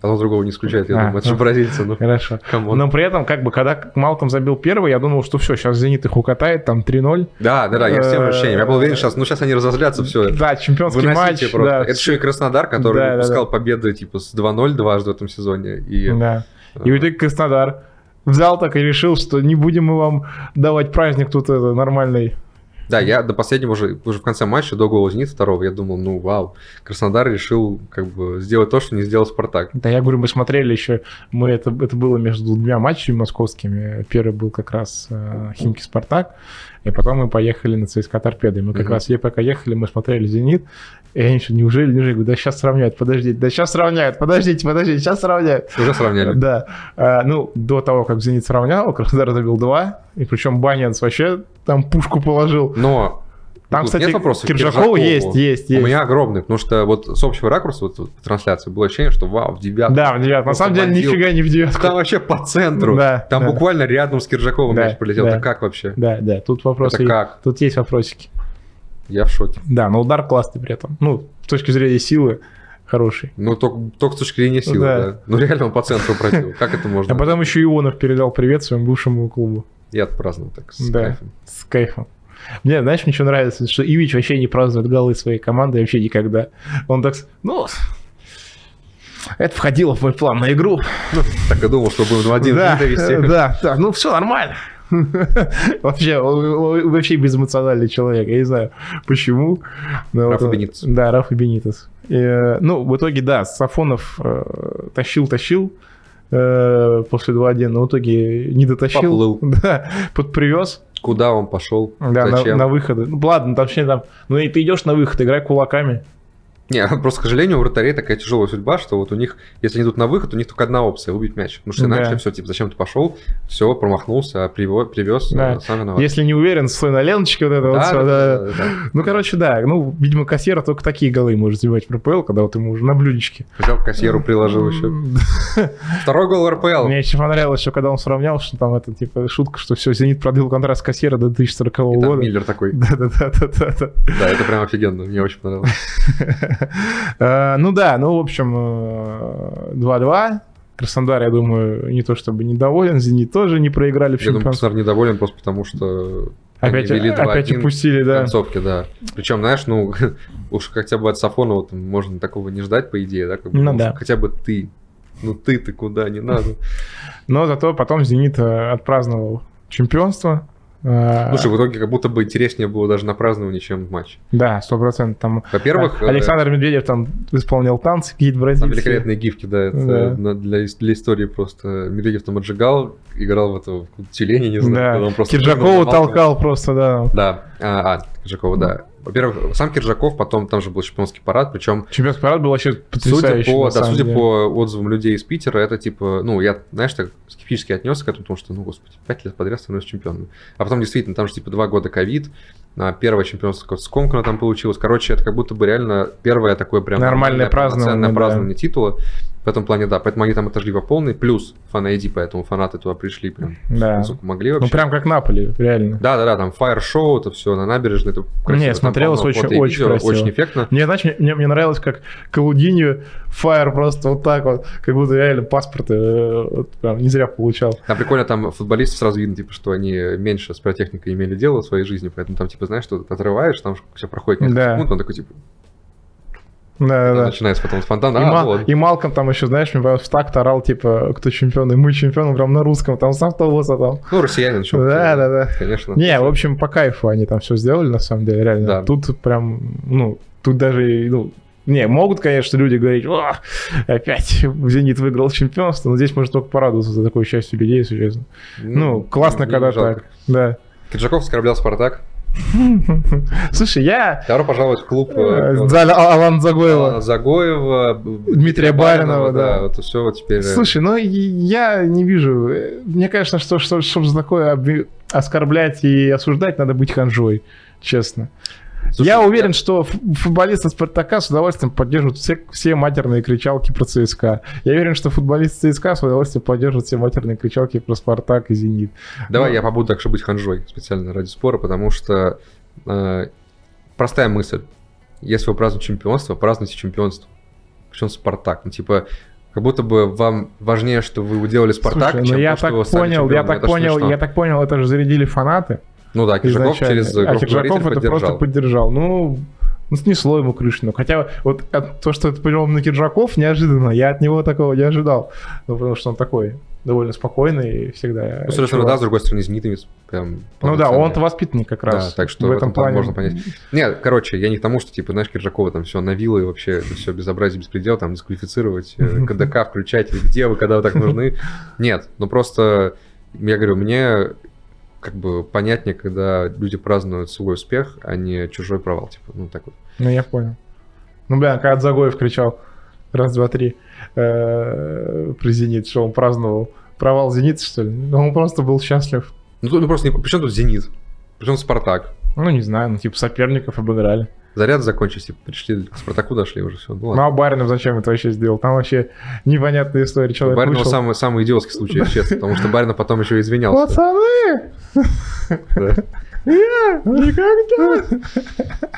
Одно другого не исключает, я А, думаю. Это же ну. бразильцы, ну, Хорошо. камон. Но при этом, как бы, когда Малком забил первый, я думал, что все, сейчас Зенит их укатает, там 3-0. Да, да, да, я с тем Э, ощущением. Я был уверен, сейчас, ну, сейчас они разозлятся, все. Да, чемпионский Выносите матч. просто. да, это еще и Краснодар, который Да, да, выпускал победы типа с 2-0 дважды в этом сезоне. И, Да. э, И в итоге Краснодар взял так и решил, что не будем мы вам давать праздник тут это, нормальный. да, я до последнего уже, уже в конце матча, до гола Зенита второго, я думал, ну вау, Краснодар решил как бы сделать то, что не сделал Спартак. Да, я говорю, мы смотрели еще, мы это, это было между двумя матчами московскими. Первый был как раз э, Химки Спартак, и потом мы поехали на ЦСКА Торпедо. И Мы как Мгм. раз, я пока ехали, мы смотрели Зенит, и они еще, неужели, неужели, Я говорю, да сейчас сравняют, подождите, да сейчас сравняют, подождите, подождите, сейчас сравняют. Уже сравняли. Да. А, ну, до того, как Зенит сравнял, Краснодар забил два, и причем Банец вообще там пушку положил. Но Там, тут кстати, нет вопросов к Киржакову есть, есть, есть. У меня огромный, потому что вот с общего ракурса вот, вот, по трансляции было ощущение, что вау, в девятку. Да, в девятку. На Просто самом деле бандил. нифига не в девятку. Там вообще по центру. Да, Там да. буквально рядом с Киржаковым Да, мяч прилетел. да. Ну, Это как вообще? Да, да, тут вопросы Это есть. как? Тут есть вопросики. Я в шоке. Да, но удар классный при этом. Ну, с точки зрения силы хороший. Ну, только, только с точки зрения силы, да. Да. Ну, реально он по центру пробил. Как это можно? А потом еще Ионов передал привет своему бывшему клубу. Я отпраздновал так с Да. кайфом. С кайфом. Мне, знаешь, мне еще нравится, что Ивич вообще не празднует голы своей команды вообще никогда. Он так, с- ну, это входило в мой план на игру. Ну, так и думал, что будем 2-1 да, довести. да, да, ну все нормально. Вообще, он- он вообще безэмоциональный человек. Я не знаю, почему. но Рафа он- Бенитес. Да, Рафа Бенитес. И, э, Ну, в итоге, да, Сафонов э, тащил-тащил э, после 2-1, но в итоге не дотащил. Поплыл. Да, подпривез Куда он пошел? да, на, Зачем? на выходы. Ну, ладно, там вообще там... Ну, и ты идешь на выход, играй кулаками. Не, просто, к сожалению, у вратарей такая тяжелая судьба, что вот у них, если они идут на выход, у них только одна опция – выбить мяч. Потому что Да. иначе все, типа, зачем ты пошел? Все, промахнулся, а приво- привез, Да. э, сам виноват. Если не уверен, слой на ленточке вот это вот всё, да. да, да. Ну, короче, да. Ну, видимо, кассира только такие голы может забивать в РПЛ, когда вот ему уже на блюдечке. Взял кассиру, приложил еще. Второй гол РПЛ. Мне еще понравилось, что когда он сравнял, что там это, типа, шутка, что все, «Зенит» продлил контракт с кассира до 2040 И там года. Миллер такой. Да-да-да-да-да. Да, это прям офигенно, мне очень понравилось. Э, Ну да, ну, в общем, э, 2-2. Краснодар, я думаю, не то чтобы недоволен, «Зенит» тоже не проиграли в Я думаю, чемпионстве. Писар недоволен просто потому, что Опять, они вели 2-1. опять упустили, В да. концовке, да. Причем, знаешь, ну, уж хотя бы от Сафонова там можно такого не ждать, по идее, да? Как бы, Ну уж да. Хотя бы ты. Ну ты-то куда, не надо. Но зато потом «Зенит» э, отпраздновал чемпионство. Э, Слушай, в итоге как будто бы интереснее было даже на праздновании, чем в матче. Да, сто процентов. Там Во-первых, А- э, Александр Медведев там исполнял танцы какие-то там бразильские. великолепные гифки, да, это Да. на- для, ис- для истории просто. Медведев там отжигал, играл в этого какого-то тюленя, не знаю, когда он Да, просто... прыгнул Киржакова на палку. толкал просто, да. Да, а, а, Киржакова, да. Во-первых, сам Киржаков, потом там же был чемпионский парад, причем Чемпионский парад был вообще Судя потрясающий. по, на да, самом судя деле. по отзывам людей из Питера, это типа, ну, я, знаешь, так скептически отнесся к этому, потому что, ну, господи, пять лет подряд становлюсь чемпионом. А потом, действительно, там же, типа, два года ковид, а, первое чемпионство какое-то скомкано там получилось. Короче, это как будто бы реально первое такое прям Нормальное полноценное празднование, да. празднование титула. В этом плане, да, поэтому они там отожгли по полной, плюс фан ID, поэтому фанаты туда пришли прям, Да. насколько могли вообще. Ну, прям как Наполи, реально. Да, да, да, там фаер-шоу, это все на набережной, это красиво. Не, там смотрелось полно фото очень- и очень видео, красиво. Очень эффектно. Мне, знаешь, мне, мне- мне нравилось, как Калудинью Фаер просто вот так вот, как будто реально паспорт э, вот прям не зря получал. Там прикольно, там футболистов сразу видно, типа, что они меньше с пиротехникой имели дело в своей жизни, поэтому там, типа, знаешь, что ты отрываешь, там все проходит несколько Да. секунд, он такой, типа, Да, да, да. начинается потом с фонтана, и, а, Мал- ну ладно. и Малком там еще, знаешь, мне понравилось, в такт орал, типа, кто чемпион, и мы чемпион, прям на русском, там с автобуса там. Ну, россиянин, чё, Да, да, да. Конечно. Не, в общем, по кайфу они там все сделали, на самом деле, реально. Да. Тут прям, ну, тут даже, и, ну, не, могут, конечно, люди говорить, «О, опять «Зенит» выиграл чемпионство, но здесь можно только порадоваться за такую частью людей, если честно. Ну, классно, не когда жалко. так, да. Киржаков оскорблял Спартак. Слушай, я... Добро пожаловать в клуб э, э, вот, за Ал- Алан Алана Загоева. Загоева, Б- Дмитрия Баринова, да. Вот все вот теперь. э, Слушай, ну и я не вижу. э, Мне кажется, что что, что за такое обви- оскорблять и осуждать, надо быть ханжой, честно. слушай, я уверен, что ф- футболисты Спартака с удовольствием поддерживают все, все матерные кричалки про ЦСКА. Я уверен, что футболисты ЦСКА с удовольствием поддерживают все матерные кричалки про Спартак и Зенит. Давай Ну. я побуду так, что быть ханжой специально ради спора, потому что э, простая мысль. Если вы празднуете чемпионство, празднуйте чемпионство. Причем Спартак. Ну, типа, как будто бы вам важнее, что вы уделали Спартак, Слушай, ну чем я то, что так вы стали понял, я чемпионом. так Это ж смешно. понял, я так понял, это же зарядили фанаты. Ну да, Киржаков изначально. через а громкоговоритель Киржаков это поддержал. просто поддержал. Ну, ну, снесло ему Крышину. Хотя вот от- то, что это понял на Киржаков, неожиданно. Я от него такого не ожидал. Ну, потому что он такой довольно спокойный и всегда... Ну, с одной стороны, чувак. да, с другой стороны, зенитовец. Прям ну да, полноценный. он-то воспитанник как раз. Да, так что в этом плане можно понять. Нет, короче, я не к тому, что, типа, знаешь, Киржакова там все навило и вообще все безобразие, беспредел, там, дисквалифицировать, э, КДК включать, или где вы, когда вы так нужны. Нет, ну просто, я говорю, мне как бы понятнее, когда люди празднуют свой успех, а не чужой провал, типа, ну так вот. Ну, я понял. Ну, бля, когда Загоев кричал раз, два, три э, про «Зенит», что он праздновал провал «Зенита», что ли? Ну, он просто был счастлив. Ну, тут, ну просто, не... причем тут «Зенит», причем «Спартак», Ну, не знаю, ну, типа соперников обыграли. заряд закончился, типа, пришли, к «Спартаку» дошли уже, все, ну Ну ладно. а Баринов зачем это вообще сделал? Там вообще непонятная история. Человек Баринова вышел. самый, самый идиотский случай, если честно, потому что Баринов потом еще извинялся. Пацаны! Да. Я никогда!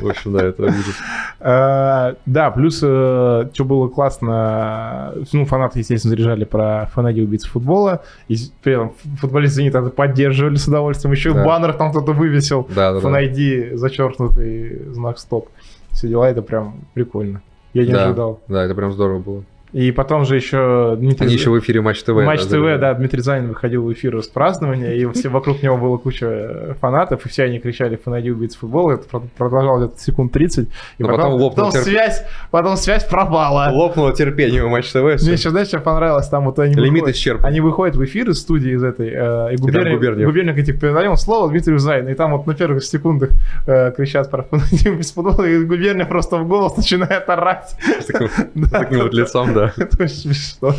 В общем, да, это ужас. А, Да, плюс, э, что было классно, э, ну, фанаты, естественно, заряжали про фанати убийц футбола, и с- при этом футболисты «Зенита» это поддерживали с удовольствием, еще и Да. баннер там кто-то вывесил, Да, да, да. фанайди зачеркнутый знак «Стоп». Все дела, это прям прикольно. Я не Да. ожидал. Да, это прям здорово было. И потом же еще Дмитрий... Они еще в эфире Матч ТВ. Матч разыгрывали. ТВ, да, Дмитрий Занин выходил в эфир с празднования, и все вокруг него было куча э, фанатов, и все они кричали «Фанади убийц футбола», это про- продолжалось где-то секунд 30, и Но потом, потом лопнул потом терп- связь, потом связь пропала. Лопнуло терпение у Матч ТВ. всё. Мне еще, знаешь, что понравилось, там вот они Лимит выходят, исчерпан. они выходят в эфир из студии из этой, э, и губерния, Губерниев. губерник этих передаем слово Дмитрию Зайну, и там вот на первых секундах э, кричат про «Фанади убийц футбола», и губерния просто в голос начинает орать. С таким с Да, таким вот да, лицом, да. Это очень смешно.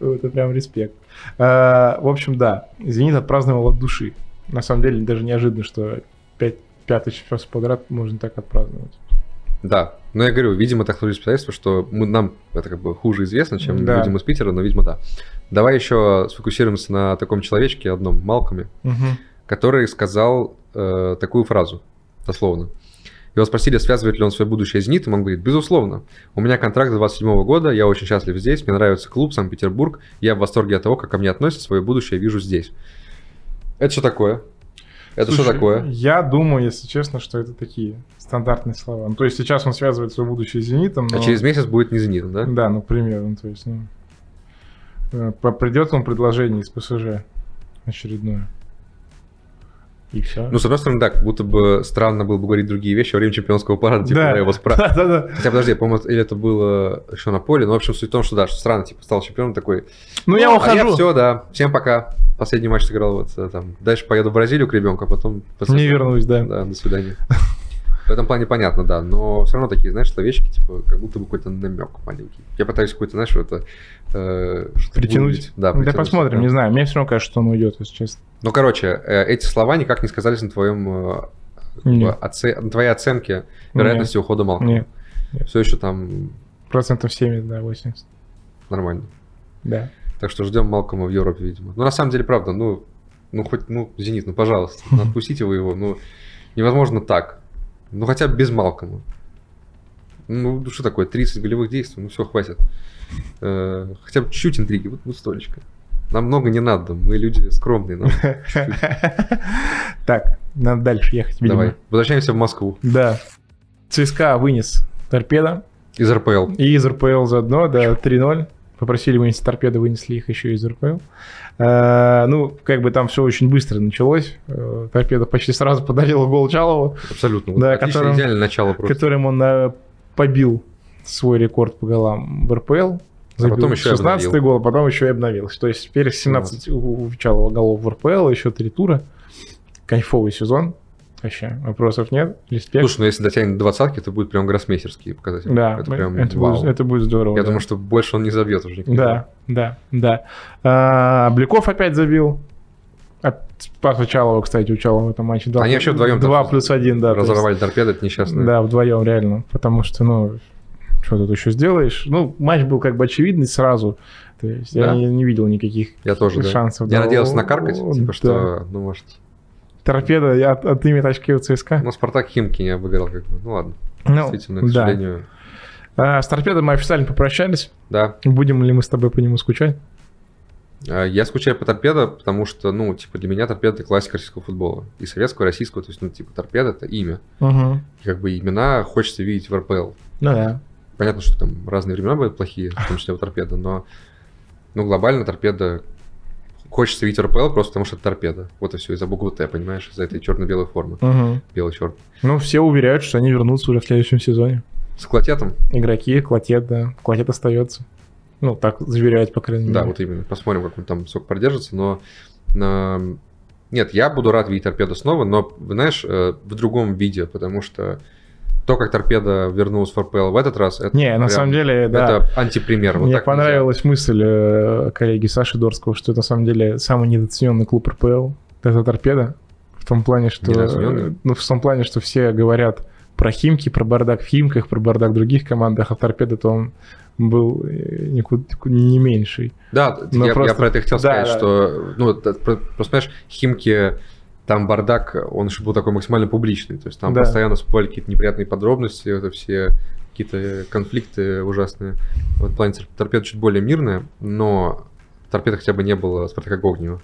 Вот, Это прям респект. А, В общем, да, «Зенит» отпраздновал от души. На самом деле, даже неожиданно, что пять- пятый чемпионство подряд можно так отпраздновать. Да. Но я говорю, видимо, так сложились обстоятельства, что мы, нам это как бы хуже известно, чем Да. людям из Питера, но, видимо, да. Давай еще сфокусируемся на таком человечке одном, Малкоме, который сказал э, такую фразу, дословно. Его спросили, связывает ли он свое будущее с «Зенитом», он говорит, безусловно, у меня контракт до 27 года, я очень счастлив здесь, мне нравится клуб, Санкт-Петербург, я в восторге от того, как ко мне относятся, свое будущее вижу здесь. Это что такое? Это что Слушай, такое? Я думаю, если честно, что это такие стандартные слова. Ну, то есть сейчас он связывает свое будущее с «Зенитом», но... А через месяц будет не «Зенитом», да? Да, ну, примерно, то есть, ну... э, по- Придет он предложение из ПСЖ очередное. И все. Ну, с одной стороны, да, как будто бы странно было бы говорить другие вещи во время чемпионского парада, типа, Да. да, его спра- да, да, да. Хотя, подожди, по-моему, или это было еще на поле, но, в общем, суть в том, что, да, что странно, типа, стал чемпионом такой, Ну, я а ухожу. все, да. Всем пока. Последний матч сыграл вот э, там. Дальше поеду в Бразилию к ребенку, а потом... Не вернусь, да. Да, до свидания. В этом плане понятно, да, но все равно такие, знаешь, словечки, типа, как будто бы какой-то намек маленький. Я пытаюсь какой-то, знаешь, вот это... э, что-то Притянуть. выудить. Да, притянуть, посмотрим, да. не знаю. Мне все равно кажется, что он уйдет, если честно. Ну, короче, э, эти слова никак не сказались на твоем... э, как бы, Нет. оце- на твоей оценке вероятности ухода Малкома. Нет. Все еще там... Процентов 70, да, 80. нормально. Да. Так что ждем Малкома в Европе, видимо. Ну, на самом деле, правда, ну, ну хоть, ну, Зенит, ну, пожалуйста, ну, отпустите вы его, ну, невозможно так. Ну, хотя бы без Малкома. Ну, что такое, 30 голевых действий, ну, все, хватит. Э, хотя бы чуть-чуть интриги, вот, вот столечко. Нам много не надо, мы люди скромные, нам Так, надо дальше ехать, видимо. Давай, возвращаемся в Москву. Да. ЦСКА вынес торпеда Из РПЛ. и из РПЛ заодно, да, 3-0. Попросили вынести торпеды, вынесли их еще из РПЛ. Э, ну, как бы там все очень быстро началось. Э, торпеда почти сразу подарила гол Чалову, Абсолютно. Вот Да, отлично, которым- идеальное начало просто. которым он э, побил свой рекорд по голам в РПЛ. Забил А потом еще и 16 обновил. гол, а потом еще и обновился. То есть теперь 17 у у Чалова голов в РПЛ, еще три тура. Кайфовый сезон. Вообще, вопросов нет. Респект. Слушай, ну если дотянет до двадцатки, это будет прям гроссмейстерские показатели. Да, это прям вау. будет, это будет здорово. Я да. думаю, что больше он не забьет уже никогда. Да, да, да. А, Бляков опять забил. А, Спас Учалова, кстати, Учалова в этом матче. Два, Они вообще вдвоем там 2 что-то плюс 1, да. то есть- Разорвали торпеды, это несчастные. Да, вдвоем, реально. Потому что, ну, что тут еще сделаешь? Ну, матч был как бы очевидный сразу. То есть я Да. не, не видел никаких Я тоже, да. шансов. Я да. надеялся накаркать, О, типа, да. что, ну, может... Торпеда я от, от имени очки у ЦСКА. Но Спартак Химки не обыграл, как бы. Ну, ладно. Ну, Ну, Действительно, к да. сожалению. А, с торпедой мы официально попрощались. Да. Будем ли мы с тобой по нему скучать? А, Я скучаю по торпедо, потому что, ну, типа, для меня торпеда это классика российского футбола. И советского, и российского. То есть, ну, типа, торпеда это имя. Угу. И как бы имена хочется видеть в РПЛ. Ну да. Понятно, что там разные времена были плохие, в том числе у торпеда, но ну, глобально торпеда хочется видеть РПЛ просто потому, что это торпеда. Вот и все, из-за буквы Т, понимаешь, из-за этой черно-белой формы. Угу. белый черт. Ну, все уверяют, что они вернутся уже в следующем сезоне. С клотетом? Игроки, Клотет, да. Клотет остается. Ну, так заверяют, по крайней мере. Да, вот именно. Посмотрим, как он там сок продержится, но... эм, Нет, я буду рад видеть торпеду снова, но, знаешь, э, в другом виде, потому что то, как торпеда вернулась в РПЛ в этот раз, это, Не, на прям- самом деле, да. это антипример. вот Мне так нельзя. понравилась мысль э, коллеги Саши Дорского, что это на самом деле самый недооцененный клуб РПЛ. Это торпеда. В том плане, что. Недооцененный? Ну, в том плане, что все говорят про Химки, про бардак в Химках, про бардак в других командах, а торпеда-то он был э, нику- не меньший. Да, Ну, я, я просто- про это и хотел да, сказать, да. что, ну, это про- просто, понимаешь, Химки, там бардак, он еще был такой максимально публичный, то есть там Да. постоянно всплывали какие-то неприятные подробности, это все какие-то конфликты ужасные. В этом плане тор- торпеда чуть более мирная, но торпеда хотя бы не было Спартака Гогнева.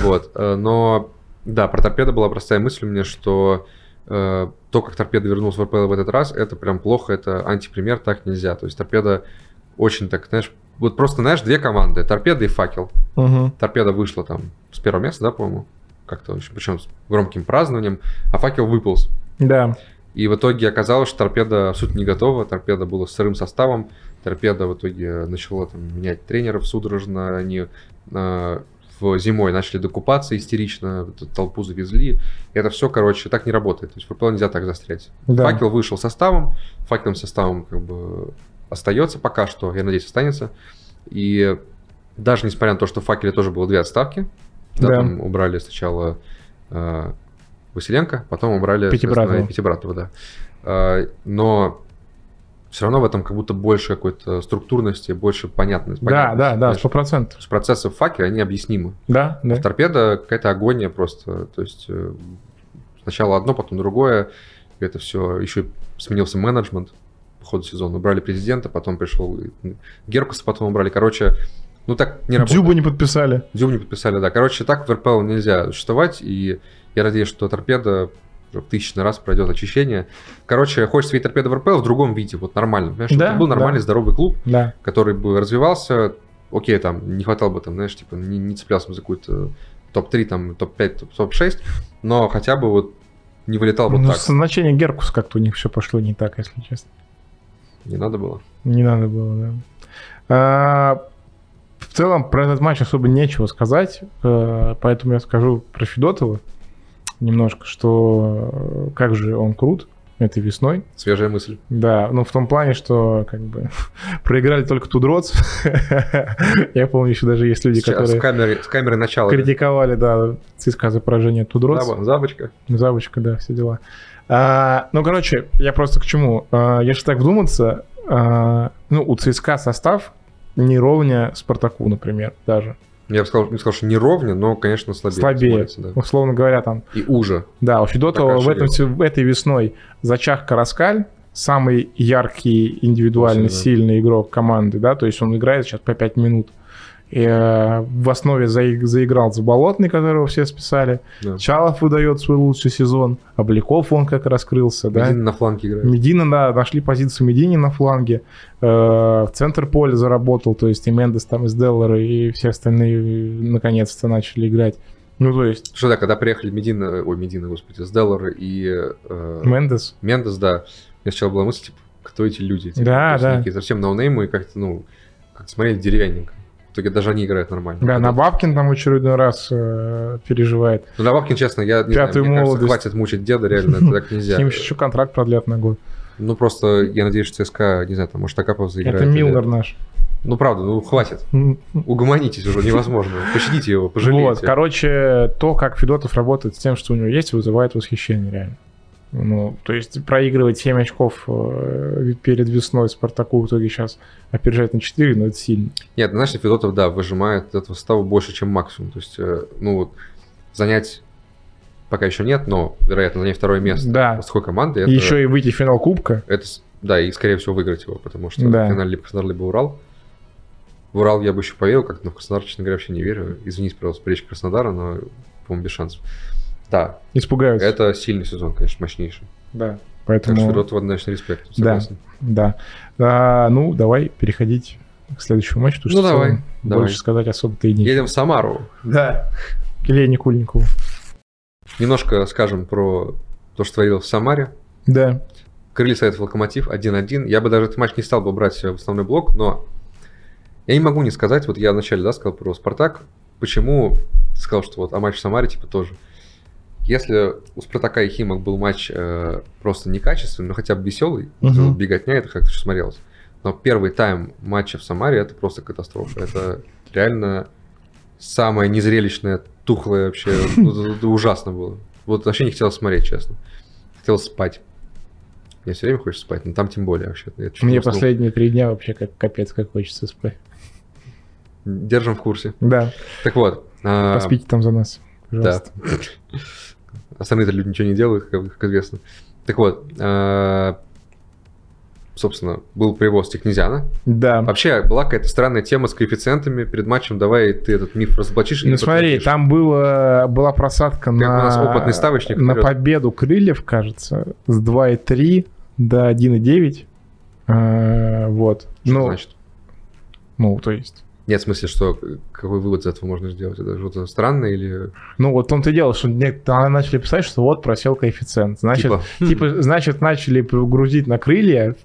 Вот, э, но, да, про торпеда была простая мысль у меня, что э, то, как торпеда вернулась в РПЛ в этот раз, это прям плохо, это антипример, так нельзя. То есть торпеда очень так, знаешь, вот просто, знаешь, две команды, торпеда и факел. Угу. Торпеда вышла там с первого места, да, по-моему, как-то, очень, причем с громким празднованием, а факел выполз. Да. И в итоге оказалось, что торпеда суть не готова, торпеда была с сырым составом, торпеда в итоге начала там, менять тренеров судорожно, они э, в зимой начали докупаться истерично, вот эту толпу завезли. И это все, короче, так не работает. То есть в РПЛ нельзя так застрять. Да. Факел вышел составом, факелом составом как бы остается пока что, я надеюсь, останется. И даже несмотря на то, что в факеле тоже было две отставки, да, Да. там убрали сначала э, Василенко, потом убрали Пятибратова. соответственно, и Пятибратова, да. Э, но все равно в этом как будто больше какой-то структурности, больше понятности. Да, да, да, сто С процентов. процессы в факеле, они объяснимы. Да, да. В торпедо какая-то агония просто. То есть э, сначала одно, потом другое. И это все. Еще сменился менеджмент по ходу сезона. Убрали президента, потом пришел и Геркуса, потом убрали. Короче, ну так не работает. Дзюбу не подписали. Дзюб не подписали, да. Короче, так в РПЛ нельзя существовать. И я надеюсь, что торпеда уже в тысячный раз пройдет очищение. Короче, хочется видеть торпеду в РПЛ в другом виде, вот нормально. Понимаешь, чтобы Да, это был нормальный, да. здоровый клуб, Да. который бы развивался, окей, там, не хватало бы, там, знаешь, типа, не, не цеплялся бы за какую-то топ-3, там, топ-5, топ- топ-6, но хотя бы вот не вылетал вот ну, так. значение Геркус как-то у них все пошло не так, если честно. Не надо было. Не надо было, да. А, в целом про этот матч особо нечего сказать, э, поэтому я скажу про Федотова немножко, что э, как же он крут этой весной. Свежая мысль. Да, ну в том плане, что как бы проиграли только Тудроц. Я помню, еще даже есть люди, Сейчас с которые камерой, с камерой начала. критиковали, да, ЦСКА за поражение от Тудроц. Заба- Забочка. Завочка, да, все дела. А, ну, короче, я просто к чему. А, если так вдуматься, а, ну, у ЦСКА состав не ровня Спартаку, например, даже. Я бы сказал, не сказал, что не ровня, но, конечно, слабее. Слабее. смотрится, да. а Условно говоря, там И уже. Да, у Федотова в, этом, Такаши в этой весной зачах Караскаль, самый яркий, индивидуально Очень, да. сильный игрок команды, да, то есть он играет сейчас по 5 минут. И, э, в основе заи- заиграл Заболотный, которого все списали. Да. Чалов выдает свой лучший сезон. Обликов он как раскрылся, да. Медина на фланге играет. Медина, да, нашли позицию Медини на фланге. Э, в центр поля заработал, то есть и Мендес там из Деллара, и все остальные э, наконец-то начали играть. Ну, то есть Что да, когда приехали Медина, ой, Медина, господи, Сделлар и э, Мендес Мендес, да. У меня сначала была мысль, типа, кто эти люди? Типа, Да, то есть да. некие совсем ноунеймы, и как-то, ну, как смотрели деревянненько. В итоге даже они играют нормально. Да, Хотя- на Бабкин там очередной раз э, переживает. Ну, Добавкин, честно, я Пятую не знаю, мне кажется, молодость. хватит мучить деда, реально, это так С ним нельзя. еще контракт продлят на год. Ну, просто я надеюсь, что ЦСКА, не знаю, там, может, Акапов заиграет. Это или- Милнер наш. Ну, правда, ну, хватит. М, Угомонитесь уже, невозможно. Пощадите его, пожалейте. Вот, короче, то, как Федотов работает с тем, что у него есть, вызывает восхищение реально. Ну, то есть проигрывать 7 очков э, перед весной Спартаку в итоге сейчас опережать на 4, но это сильно. Нет, ну, знаешь, Федотов, да, выжимает из этого состава больше, чем максимум. То есть, э, ну, вот, занять пока еще нет, но, вероятно, занять второе место Да. с такой командой, И еще и выйти в финал Кубка. Это, с- да, и скорее всего выиграть его, потому что Да. в финале либо Краснодар, либо Урал. В Урал я бы еще поверил, как но в Краснодар, честно говоря, вообще не верю. Извините, пожалуйста, речь Краснодара, но, по-моему, без шансов. Да, Испугаются. это сильный сезон, конечно, мощнейший. Да. Так Поэтому, что Федотов однозначно респект, согласен. да. А, ну, давай переходить к следующему матчу. потому Ну, что в давай, целом давай. Больше сказать особо-то и не. Едем в Самару. Да. К Елене Кульникову. Немножко скажем про то, что творилось в Самаре. Да. Крылья Советов Локомотив 1-1. Я бы даже этот матч не стал бы брать в основной блок, но я не могу не сказать, вот я вначале да, сказал про Спартак, почему ты сказал, что вот а матч в Самаре типа тоже. Если у Спартака и Химок был матч э, просто некачественный, но хотя бы веселый, Мгм. беготня, это как-то еще смотрелось. Но первый тайм матча в Самаре это просто катастрофа. Это реально самое незрелищное, тухлое вообще. Ну, это Ужасно было. Вот вообще не хотелось смотреть, честно. Хотел спать. Мне все время хочется спать, но там тем более вообще. Я чуть не Мне уснул. последние три дня вообще как капец, как хочется спать. Держим в курсе. Да, Так вот. а, поспите там за нас, Да. пожалуйста. Остальные-то люди ничего не делают, как, как известно. Так вот, а, собственно, был привоз Технезиана. Да. Вообще, была какая-то странная тема с коэффициентами перед матчем. Давай ты этот миф разоблачишь. или Ну смотри, подтвердишь. там было, была просадка у на, нас опытный ставочник на вперед. победу крыльев, кажется, с 2,3 до 1,9. А, вот. Что ну, значит? ну, то есть. Нет, в смысле, что э, какой вывод из этого можно сделать? Это что-то странное или Ну, вот в том-то и дело, что нек- а, начали писать, что вот просел коэффициент. Значит, типа, «Хм, Типа, значит, начали грузить на крылья,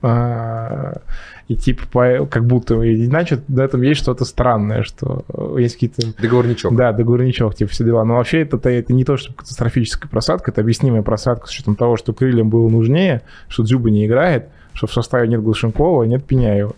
а, и типа, по- как будто, и значит, на этом есть что-то странное, что э, есть какие-то... договорничок. Да, договорничок, типа, все дела. Но вообще это, это не то, что катастрофическая просадка, это объяснимая просадка с учетом того, что крыльям было нужнее, что Дзюба не играет, что в составе нет Глушенкова, нет Пеняева.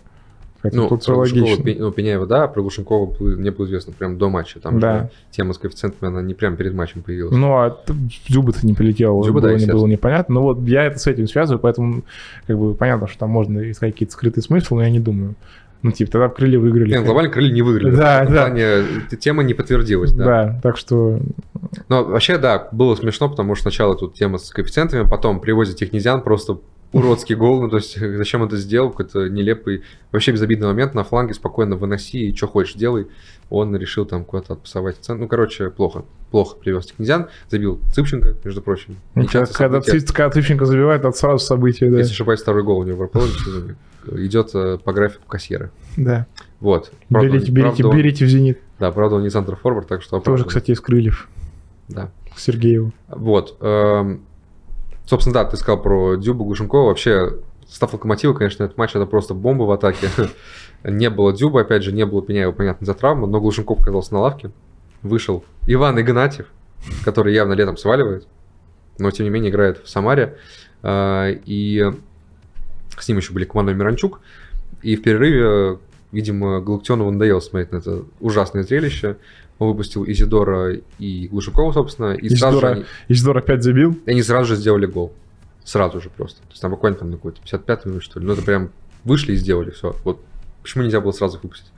Поэтому Ну, тут все про Глушенкова, логично. Пе- ну, Пеняева, да, про Глушенкова было- мне было известно прям до матча. Там Да. же тема с коэффициентами, она не прям перед матчем появилась. Ну, а т- Дзюба-то не прилетел, Дзюба, да, было, не естественно. было непонятно. Но вот я это с этим связываю, поэтому как бы понятно, что там можно искать какие-то скрытые смыслы, но я не думаю. Ну, типа, тогда б крылья выиграли. Нет, глобально крылья не выиграли. Да, В этом да. плане, э, тема не подтвердилась, да. да. так что... Но вообще, да, было смешно, потому что сначала тут тема с коэффициентами, потом привозит технезиан, просто уродский гол, ну, то есть э, зачем это сделал, какой-то нелепый, вообще безобидный момент, на фланге спокойно выноси и что хочешь делай. Он решил там куда-то отпасовать в центр. Ну, короче, плохо. Плохо привез технезиан, забил Цыпченко, между прочим. ну, Когда, Нечастое когда, событие. Цыц- когда Цыпченко забивает, это сразу событие, да. Если не ошибаюсь, второй гол у него в РПЛ в сезоне. Идет э, по графику кассира. да. Вот. Правда, Берите, он- берите, правда, он- берите в «Зенит». Да, правда, он не центр форвард, так что... Тоже, оправдан. кстати, из «Крыльев» Да. к Сергееву. Вот. эм, Собственно, да, ты сказал про Дюбу Глушенкова. Вообще, став Локомотива, конечно, этот матч это просто бомба в атаке. Не было Дюба, опять же, не было Пеняева, понятно, за травму, но Глушенков оказался на лавке. Вышел Иван Игнатьев, который явно летом сваливает, но тем не менее играет в Самаре. Э, И с ним еще были команда Миранчук. И в перерыве, э, видимо, Галактионову надоело смотреть на это ужасное зрелище. Он выпустил Изидора и Глушенкова, собственно. И сразу же Изидора. они- Исидор опять забил. и они сразу же сделали гол. Сразу же просто. То есть там буквально там на какой-то 55 минут, что ли. Ну, это прям вышли и сделали все. Вот Почему нельзя было сразу выпустить?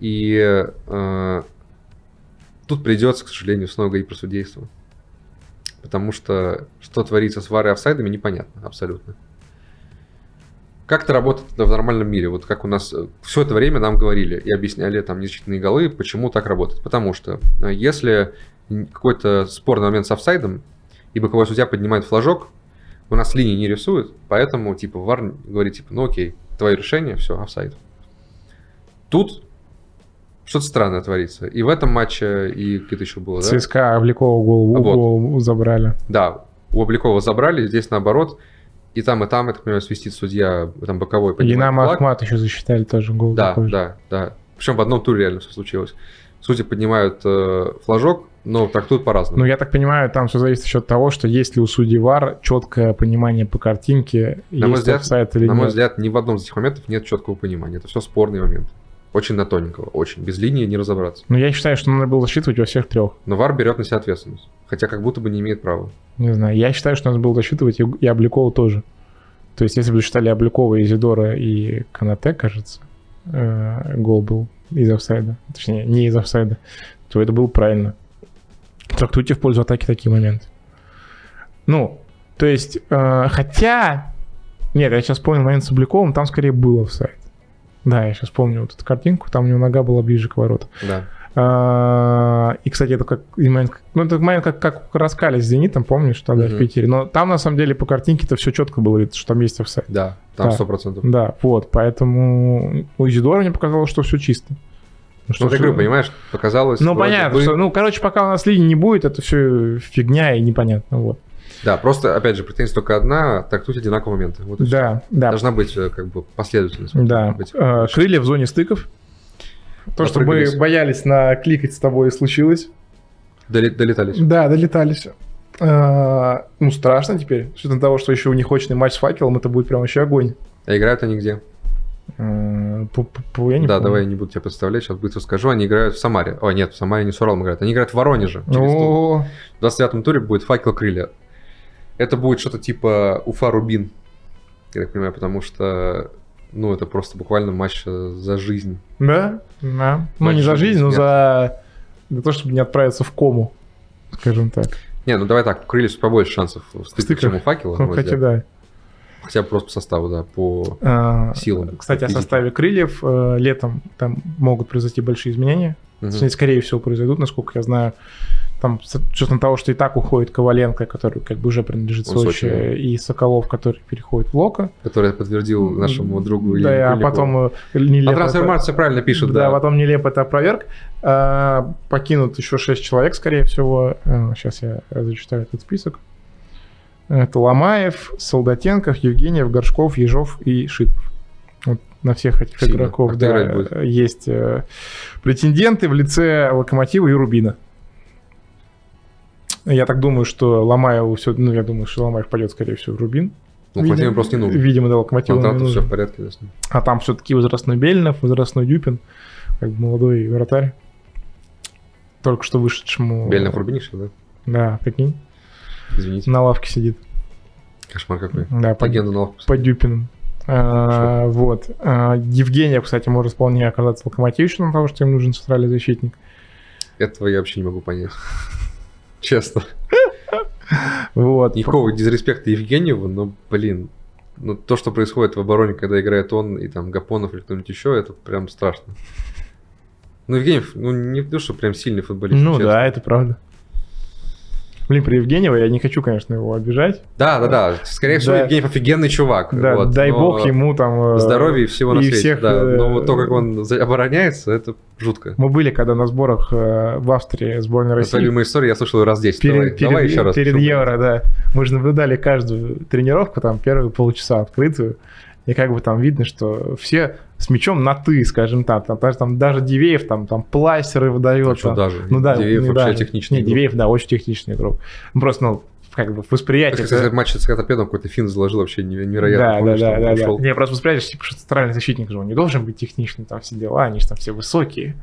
И э, тут придется, к сожалению, снова говорить про судейство. Потому что что творится с варой и офсайдами, непонятно абсолютно. Как это работает в нормальном мире? Вот как у нас э, все это время нам говорили и объясняли там незначительные голы, почему так работает. Потому что э, если какой-то спорный момент с офсайдом, и боковой судья поднимает флажок, у нас линии не рисуют, поэтому типа вар говорит, типа, ну окей, твое решение, все, офсайд. Тут что-то странное творится. И в этом матче, и где-то еще было, да? ЦСКА Обликова голову, А вот. голову забрали. Да, у Обликова забрали, здесь наоборот. И там, и там, это, понимаю, свистит судья, там боковой И поднимает нам флаг. Ахмат еще засчитали тоже гол. Да, такой же. да, да. Причем в одном туре реально все случилось. Судьи поднимают э, флажок, но трактуют по-разному. Ну, я так понимаю, там все зависит от того, что есть ли у судей ВАР четкое понимание по картинке, мой есть взгляд- офсайд или На мой нет. взгляд, ни в одном из этих моментов нет четкого понимания. Это все спорный момент. Очень на тоненького, очень. Без линии не разобраться. Ну, я считаю, что надо было засчитывать во всех трех. Но ВАР берет на себя ответственность. Хотя как будто бы не имеет права. Не знаю, я считаю, что надо было засчитывать и, и Обликова тоже. То есть, если бы считали Обликова, Изидора и Канате, кажется, э, гол был из офсайда, точнее, не из офсайда, то это было правильно. Трактуйте в пользу атаки такие моменты. Ну, то есть, э, хотя... Нет, я сейчас помню момент с Обликовым, там скорее был офсайд. Да, я сейчас помню вот эту картинку, там у него нога была ближе к воротам. Да. А, И, кстати, это как и момент, как- ну, это момент, как, как у Раскали с Зенитом, помнишь, тогда в Мгм. Питере. Но там, на самом деле, по картинке-то все четко было видно, что там есть офсайд. Да, там Да. сто процентов. Да, вот, поэтому у Изидора мне показалось, что все чисто. Ну, вот я говорю, понимаешь, показалось... Ну, вроде понятно, бы- что, ну, короче, пока у нас линии не будет, это все фигня и непонятно, вот. Да, просто, опять же, претензия только одна, трактуют одинаковые моменты. Вот и всё. Да, да, Должна быть, э, как бы, последовательность. да. Быть. Э, Крылья в зоне стыков. То, что мы Попрыгались. боялись накликать с тобой, и случилось. Доли- Долетались. Да, долетались. Э, Ну, страшно теперь. С учетом того, что еще у них очный матч с факелом, это будет прям вообще огонь. А играют они где? Э, пу-пу-пу, Я не да, помню. давай я не буду тебя представлять, сейчас быстро скажу. Они играют в Самаре. О, нет, в Самаре не с Уралом играют. Они играют в Воронеже. через Ну. Тулу. О, В 29-м туре будет факел крылья. Это будет что-то типа Уфа Рубин, я так понимаю, потому что ну, это просто буквально матч э, за жизнь. да? Да. Ну, Матч не за жизни жизнь, но нет. за... за то, чтобы не отправиться в кому, скажем так. Не, ну давай так, у крыльев побольше шансов в стыках, стыках. чем у факела. на Ну, мой хотя взгляд. да. Хотя бы просто по составу, да, по А, силам. Кстати, о физике. составе крыльев. э, Летом там могут произойти большие изменения. Мгм. Точнее, скорее всего, произойдут, насколько я знаю. Там, с учетом того, что и так уходит Коваленко, который как бы уже принадлежит Он Сочи, Сочи, да. и Соколов, который переходит в Локо. Который подтвердил нашему другу Илье Да, а Крыльеву. потом э, нелепо... А трансформация все правильно пишет, да. Да, потом нелепо это опроверг. А, Покинут еще шесть человек, скорее всего. Сейчас я зачитаю этот список. Это Ломаев, Солдатенков, Евгеньев, Горшков, Ежов и Шитков. Вот на всех этих Сильно. А игроков кто да, играть будет? э, есть э, претенденты в лице Локомотива и Рубина. Я так думаю, что Ломаеву все, ну я думаю, что Ломаев пойдет, скорее всего, в Рубин. Ну, Локомотиву просто не нужен. Видимо, да, Локомотиву не Контракту все нужен. в порядке, да, с ним. А там все-таки возрастной Белинов, возрастной Дюпин, как бы молодой вратарь. Только что вышедшему... э, Бельнов Рубинишев, да? Да, прикинь. Извините. На лавке сидит. Кошмар какой. Да, по, Легенда на лавку по Дюпину. А, вот. А, Евгения, кстати, может вполне оказаться локомотивщиком, потому что им нужен центральный защитник. Этого я вообще не могу понять. Честно. Вот. Никакого дизреспекта Евгеньеву, но, блин, ну, то, что происходит в обороне, когда играет он и там Гапонов или кто-нибудь еще, это прям страшно. Ну, Евгеньев, ну, не в душу прям сильный футболист. Ну честно. да, это правда. Блин, про Евгеньева я не хочу, конечно, его обижать. Да, да, да. Скорее всего, Да. Евгеньев офигенный чувак. Да, вот, дай но бог ему там... э, Здоровья и всего на и свете. всех, да. э, Но вот то, как он за- обороняется, это жутко. Мы были когда на сборах э, в Австрии сборной Это России. любимая история, я слышал ее раз 10. перед, давай, перед- давай еще раз. перед чтобы- Евро, да. Мы же наблюдали каждую тренировку, там, первые полчаса открытую. И как бы там видно, что все с мячом на «ты», скажем так. Там, даже, там, даже Дивеев там, там пластеры Ну, выдает. что там. даже. Ну да, Дивеев не вообще даже. техничный Не, игрок. Дивеев, да, очень техничный игрок. Ну, Просто, ну, как бы Это, восприятие... кстати, этот матч с Катапедом какой-то фин заложил вообще неверо- невероятно. да, Помнишь, да, там да, да, ушел? да. Не, просто восприятие, что, типа, что центральный защитник же, он не должен быть техничным, там все дела, они же там все высокие.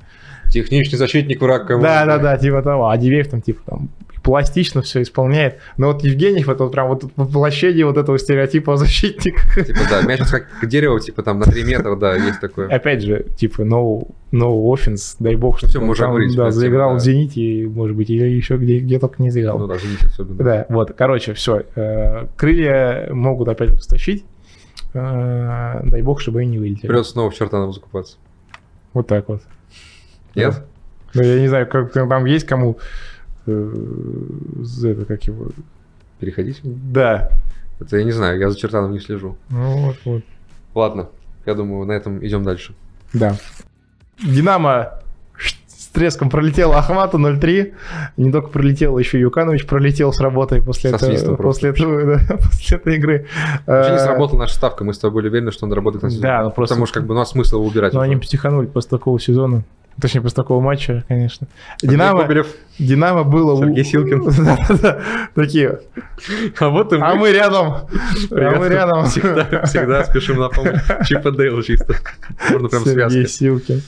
Техничный защитник враг команды. Да, да, да, типа того. А Дивеев там, типа, там, пластично все исполняет. Но вот Евгеньев это вот прям вот воплощение вот этого стереотипа защитника. Типа, да, мяч как к дереву, типа, там на 3 метра, да, есть такое. Опять же, типа, no, no offense, дай бог, Ну, что всё, мы он уже там, говорили, да, спасибо, заиграл типа, да. в «Зените», может быть, или еще где, где только не заиграл. Ну да, извините, особенно. Да, вот, короче, все. Крылья могут опять растащить. Э, Дай бог, чтобы они не вылетели. Придется снова в чертанову закупаться. Вот так вот. Нет? Да. Ну, я не знаю, как там там есть кому... э, за Это как его... Переходить? Да. Это я не знаю, я за чертаном не слежу. Ну, вот, вот. Ладно, я думаю, на этом идем дальше. Да. Динамо с треском пролетела Ахмата 0-3. Не только пролетел, еще и Юканович пролетел с работой после, Со этого, свистом после, этого, да, после этой игры. Вообще не Э, сработала наша ставка, мы с тобой были уверены, что он работает на сезон. Да, ну просто- Потому что как бы, ну а смысл его убирать? Но уже? они психанули после такого сезона. Точнее, после такого матча, конечно. Андрей Динамо, Кобелев, Динамо было... у- Сергей Силкин. Да-да-да. Такие, А вот и мы. а мы рядом. А мы рядом. Всегда, всегда спешим на помощь. Чип и Дейл чисто. Можно прям Сергей связки. Силкин.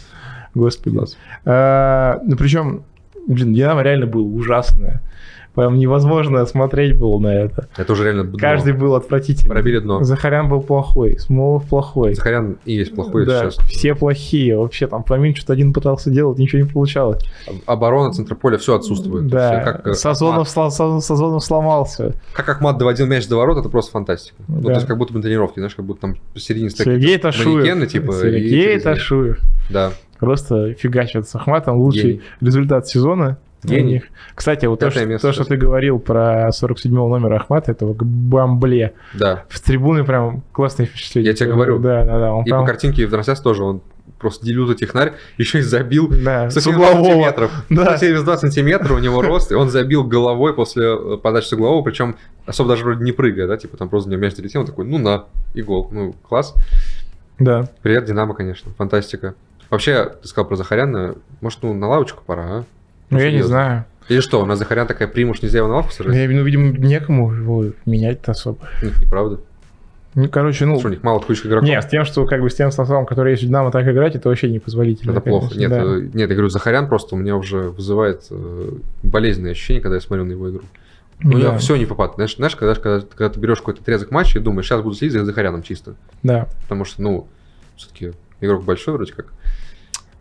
Господи. Класс. А, Ну, причем, блин, Динамо реально было ужасное. Прям невозможно смотреть было на это. Это уже реально дно. Каждый был отвратительный. Пробили дно. Захарян был плохой, Смолов плохой. Захарян и есть плохой Да, сейчас. все плохие. Вообще там Фомин что-то один пытался делать, ничего не получалось. Оборона центрополя все отсутствует. Да, Всё, как, э, Сазонов, сла- Сазон- Сазонов сломался. Ахмат- как Ахмат доводил мяч до ворот, это просто фантастика. Ну, Да. то есть как будто бы на тренировке, знаешь, как будто там посередине стоит. Сергей Ташуев. манекены, типа, и Сергей через них. Ташуев. Да. Просто фигачат с Ахматом. Лучший Гений. результат сезона. у Гений. них. Кстати, вот то, Пятое что, место то, что сейчас. ты говорил про 47-го номера Ахмата, этого к- бамбле, Да. в трибуны прям классные впечатления. Я тебе говорю. Да, да, да. Он И прям- по картинке в трансляции тоже он просто делюза технарь, еще и забил да, с с 72 углового. сантиметров. Да. 72 сантиметра у него рост, и он забил головой после э, подачи с углового, причем особо даже вроде не прыгая, да, типа там просто у него мяч долетел, он такой, ну на, и гол, ну класс. Да. Привет, Динамо, конечно, фантастика. Вообще, ты сказал про Захаряна, может, ну на лавочку пора, а? Ну, я не Серьезно. знаю. Или что, у нас Захарян такая примуш, нельзя его на лавку сажать? Я, ну, видимо, некому его менять-то особо. Ну, это неправда. Ну, короче, ну... Что, у них мало текущих игроков? Нет, с тем, что как бы с тем составом, который есть в Динамо, так играть, это вообще непозволительно. Это плохо. конечно, Нет, да. э, нет, я говорю, Захарян просто у меня уже вызывает э, болезненные ощущения, когда я смотрю на его игру. У Да. него все не попад. Знаешь, знаешь когда, когда, когда ты берешь какой-то отрезок матча и думаешь, сейчас буду следить за Захаряном чисто. Да. Потому что, ну, все-таки игрок большой вроде как.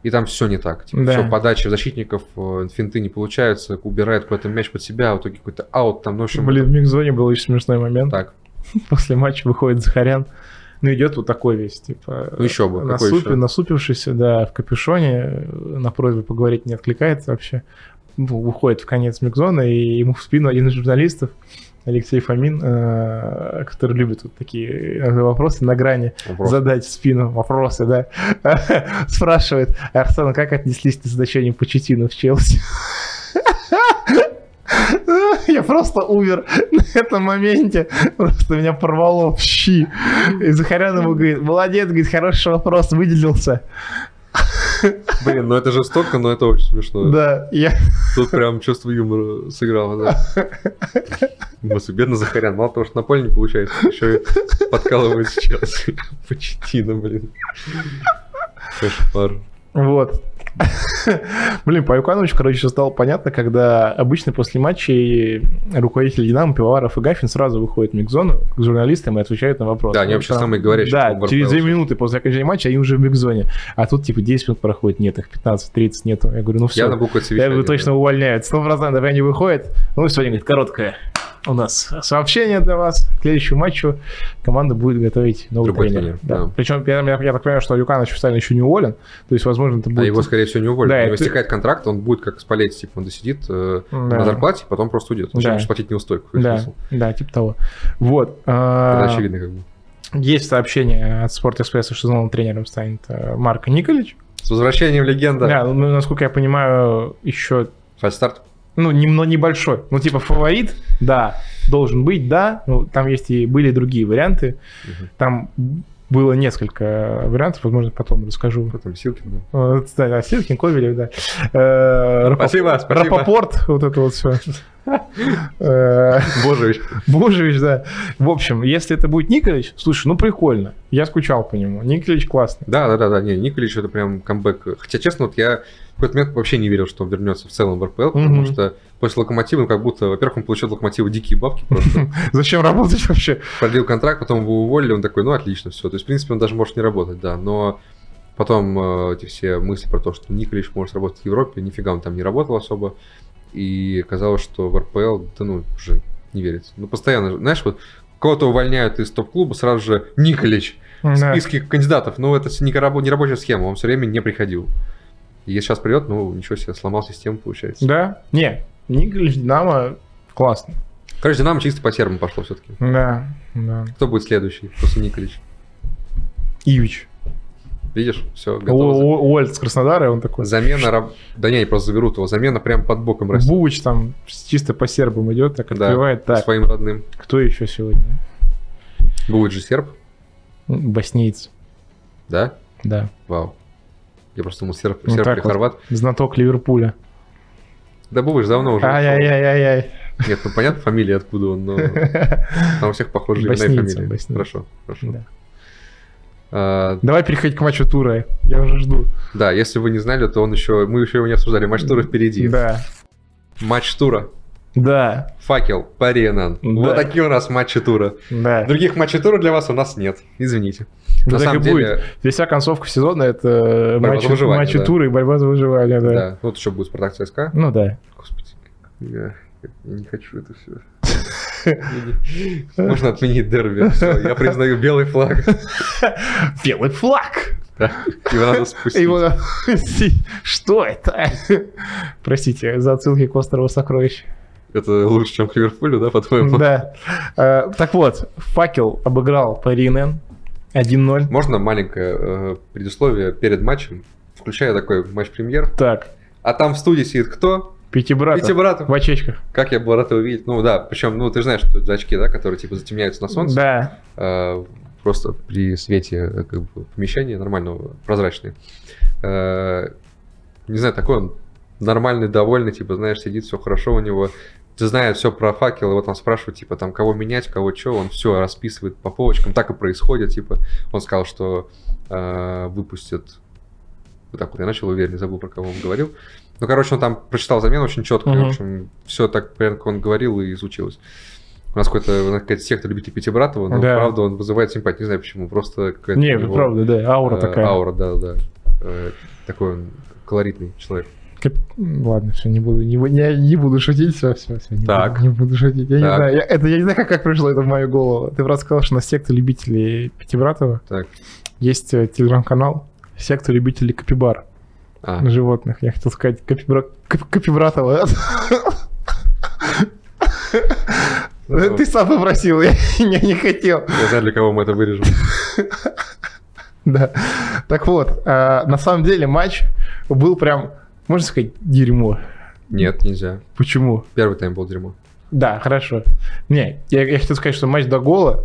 И там все не так. Типа, Да. Все, подачи защитников, э, финты не получаются, убирает какой-то мяч под себя, а в итоге какой-то аут там, ну, в общем, Блин, в микс-зоне был очень смешной момент. так. После матча выходит Захарян. Ну, идет вот такой весь, типа... Ну, еще бы, какой насупи- еще? Насупившийся, да, в капюшоне, э, на просьбу поговорить не откликается вообще. Ну, Выходит в конец микзона, и ему в спину один из журналистов, Алексей Фомин, э, который любит вот такие иногда вопросы на грани, Он просто- задать в спину вопросы, да, спрашивает, Арсен, как отнеслись к назначению Почетину в Челси? Я просто умер на этом моменте. Просто меня порвало в щи. И Захарян ему говорит, молодец, говорит, хороший вопрос, выделился. Блин, ну это жестоко, но это очень смешно. Да, я... Тут прям чувство юмора сыграло, да. Господи, бедный Захарян. Мало того, что на поле не получается, еще и подкалывает сейчас. Почти, ну, блин. Кошмар. Вот. Блин, по Юкановичу, короче, всё стало понятно, когда обычно после матчей руководитель Динамо, Пивоваров и Гафин сразу выходят в микзону к журналистам и отвечают на вопросы. Да, они вообще Там- самые говорящие, Да, по-моему, через в две РПЛ. минуты после окончания матча они уже в микзоне. А тут типа 10 минут проходит, нет их, 15-30 нету. Я говорю, ну все. Явно был какое-то Я совещание. говорю, точно увольняют. 100% они выходят. Ну, сегодня, говорит, короткое. У нас сообщение для вас. К следующему матчу команда будет готовить новый Другой тренер. тренер, да. Причем я, я- я так понимаю, что Юканович официально еще не уволен. То есть, возможно, это А будет... его, скорее всего, не уволят. Да, У него это- истекает контракт, он будет как спалеть, типа он досидит э, Да. на зарплате, потом просто уйдет. Зачем Да. же платить неустойку? Какой Да, смысл? да, типа того. Вот. Это а, очевидно, как бы. Есть сообщение от Sport Express, что новым тренером станет э, Марко Николич. С возвращением легенда. Да, ну, насколько я понимаю, еще Фальстарт. ну, немного небольшой. Ну, типа, фаворит, да, должен быть, да. Ну, там есть и были другие варианты. Мгм. Там было несколько вариантов, возможно, потом расскажу. Потом Силкин. ну, да. Э, Да, да, Силкин, Ковелев, да. Э, Рапоп- Спасибо, спасибо. Рапопорт, вот это вот все. Божевич. Божевич, да. В общем, если это будет Николич, слушай, ну прикольно. Я скучал по нему. Николич классный. Да, да, да, да. Не, Николич это прям камбэк. Хотя, честно, вот я какой-то момент вообще не верил, что он вернется в целом в РПЛ, потому Мгм. что после локомотива, ну, как будто, во-первых, он получил от локомотива дикие бабки просто, Зачем работать вообще? продлил контракт, потом его уволили, он такой, ну, отлично, все. То есть, в принципе, он даже может не работать, да, но потом э, эти все мысли про то, что Николич может работать в Европе, нифига он там не работал особо, и казалось, что в РПЛ, да ну, уже не верится. Ну, постоянно, же, знаешь, вот кого-то увольняют из топ-клуба, сразу же Николич, в Да. списке кандидатов. Ну, это не, рабо- не рабочая схема, он все время не приходил. И Если сейчас придет, ну, ничего себе, сломал систему, получается. Да? Не, Николич Динамо классно. Короче, Динамо чисто по термам пошло все-таки. Да, да. Кто будет следующий после Николич? Ивич. Видишь, все, готово. О- О- Уольт с Краснодара, он такой. Замена... раб- Да не, они просто заберут его. Замена прям под боком растет. Бубыч там чисто по сербам идет, так Да, отбивает. Так, Своим родным. кто еще сегодня? Будет же серб, М, Боснеец, да? да. Вау. Я просто думал, серб, Ну, серб так или вот. хорват. Знаток Ливерпуля. Да Бубыч давно уже. Ай-яй-яй-яй-яй. ушел. Нет, ну понятно фамилия, откуда он, но там у всех похожие имена и Боснийцы, фамилии. боснийцы. Хорошо, хорошо. Да. А, Давай переходить к матчу тура. Я уже жду. Да, если вы не знали, то он еще. Мы еще его не обсуждали. Матч тура впереди. Да. Матч тура. Да. Факел, Паренан. Да. Вот такие у нас матчи тура. Да. Других матчей тура для вас у нас нет. Извините. Да На так самом и деле, Здесь вся концовка сезона это Борьба за матчи, выживание, матчи да. тура и борьба за выживание, да. да. Вот еще будет Спартак ЦСКА. Ну да. Господи, как я, как я не хочу это все. Можно отменить дерби. Всё, я признаю белый флаг. Белый флаг! Да. Его надо спустить. Его надо- Что это? Простите, за отсылки к острову сокровищ. Это лучше, чем к Ливерпулю, да, по-твоему? Да. Э, Так вот, факел обыграл Паринен 1-0. Можно маленькое э, предисловие перед матчем? Включая такой матч-премьер. Так, А там в студии сидит кто? пятибрат Пяти братов. в очечках. Как я был рад его видеть. Ну да, причем, ну ты знаешь, что это за очки, да, которые типа затемняются на солнце. Да. Э, просто при свете э, как бы, помещения нормального, прозрачные. Э, не знаю, такой он нормальный, довольный, типа, знаешь, сидит, все хорошо у него. Ты знаешь все про факел, его там спрашивают, типа, там, кого менять, кого что, он все расписывает по полочкам, так и происходит, типа, он сказал, что э, выпустят, вот так вот я начал уверенно, забыл, про кого он говорил. Ну, короче, он там прочитал замену очень четко, Мгм. в общем, все так, прям, как он говорил, и изучилось. У нас какой-то, у нас какая-то секта любителей Пятибратова, но, Да. правда, он вызывает симпатию, не знаю почему, просто какая-то Не, у него, правда, да, аура э, такая. Аура, да, да. Э, такой он колоритный человек. Кап- Ладно, все, не буду, не, бу- не, не буду шутить, все, все, все, не, Так. буду, не буду шутить. Я не Так. знаю, я, это, я не знаю, как, как пришло это в мою голову. Ты просто сказал, что на секта любителей Пятибратова Так. есть э, телеграм-канал секта любителей капибар А, Ну, животных. Я хотел сказать капибра... кап- капибратова. Ну, Ты сам попросил, я я не хотел. я знаю, для кого мы это вырежем. Да. Так вот, а, на самом деле матч был прям, можно сказать, дерьмо. Нет, нельзя. Почему? Первый тайм был дерьмо. Да, хорошо. Не, я, я хотел сказать, что матч до гола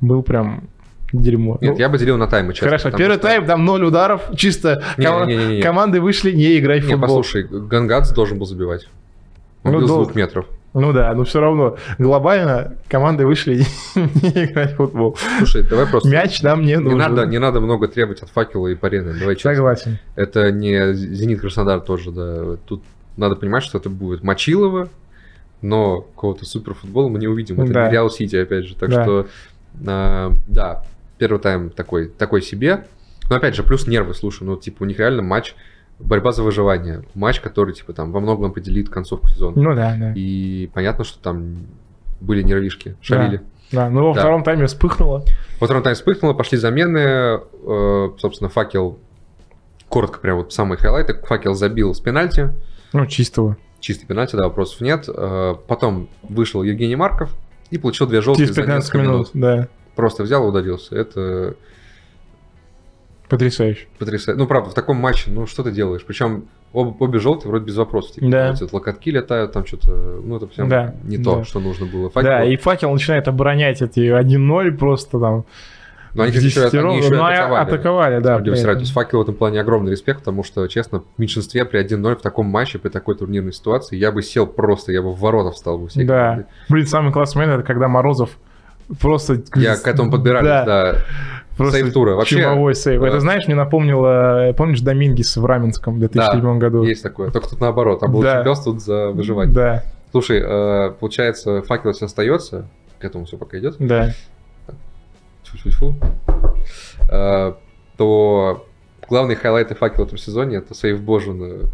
был прям дерьмо. Нет, Ну, я бы делил на таймы, честно. хорошо, потому первый что- тайм, там ноль ударов, чисто Не, кома- не, не, не, не. команды вышли не играть в Не, футбол. послушай, Гангац должен был забивать. Он Ну, бил с должен. двух метров. Ну да, но все равно, глобально команды вышли не играть в футбол. Слушай, давай просто... Мяч нам не Не нужен. надо, не надо много требовать от факела и парены. Давай честно. Согласен. Это не Зенит Краснодар тоже, да. Тут надо понимать, что это будет Мочилова, но какого-то суперфутбола мы не увидим. Это Да. не Реал Сити, опять же. Так Да. что, э, да, первый тайм такой, такой себе. Но опять же, плюс нервы, слушай, ну, типа, у них реально матч, борьба за выживание. Матч, который, типа, там, во многом определит концовку сезона. Ну да, да. И понятно, что там были нервишки, шалили. Да, ну во Да. втором тайме вспыхнуло. Вот втором тайм вспыхнуло, пошли замены. э, собственно, факел, коротко прям вот самые хайлайты, факел забил с пенальти. Ну, чистого. Чистый пенальти, да, вопросов нет. Э, Потом вышел Евгений Марков и получил две желтые Через за 15 несколько минут. Да, Просто взял и удалился. Это потрясающе. потрясающе. Ну, правда, в таком матче, ну, что ты делаешь? Причем об- обе желтые вроде без вопросов. Типа, Да. вот эти локотки летают, там что-то... Ну, это прям Да, не то, да. что нужно было. Да, Факелу. и факел начинает оборонять эти 1-0 просто там. Но они, в кстати, еще, они десятером. еще и Ну, а- атаковали. атаковали, да. ну. Люди при всё равно. этом. То есть факел в этом плане огромный респект, потому что, честно, в меньшинстве при 1-0 в таком матче, при такой турнирной ситуации, я бы сел просто, я бы в ворота встал бы. у всей Да. команды. Блин, самый классный момент, это когда Морозов Просто... Я к этому подбирались, Да. да. Просто Сейф-тура. Вообще, чумовой сейв. э, Это, знаешь, мне напомнило... э, Помнишь Домингис в Раменском в 2007 году? Есть такое. Только тут наоборот. А был Да. чемпионство тут за выживание. Да, Слушай, э, получается, факел если остается. К этому все пока идет. да. Тьфу-тьфу-тьфу. Э, то главные хайлайты факела в этом сезоне это сейф Божина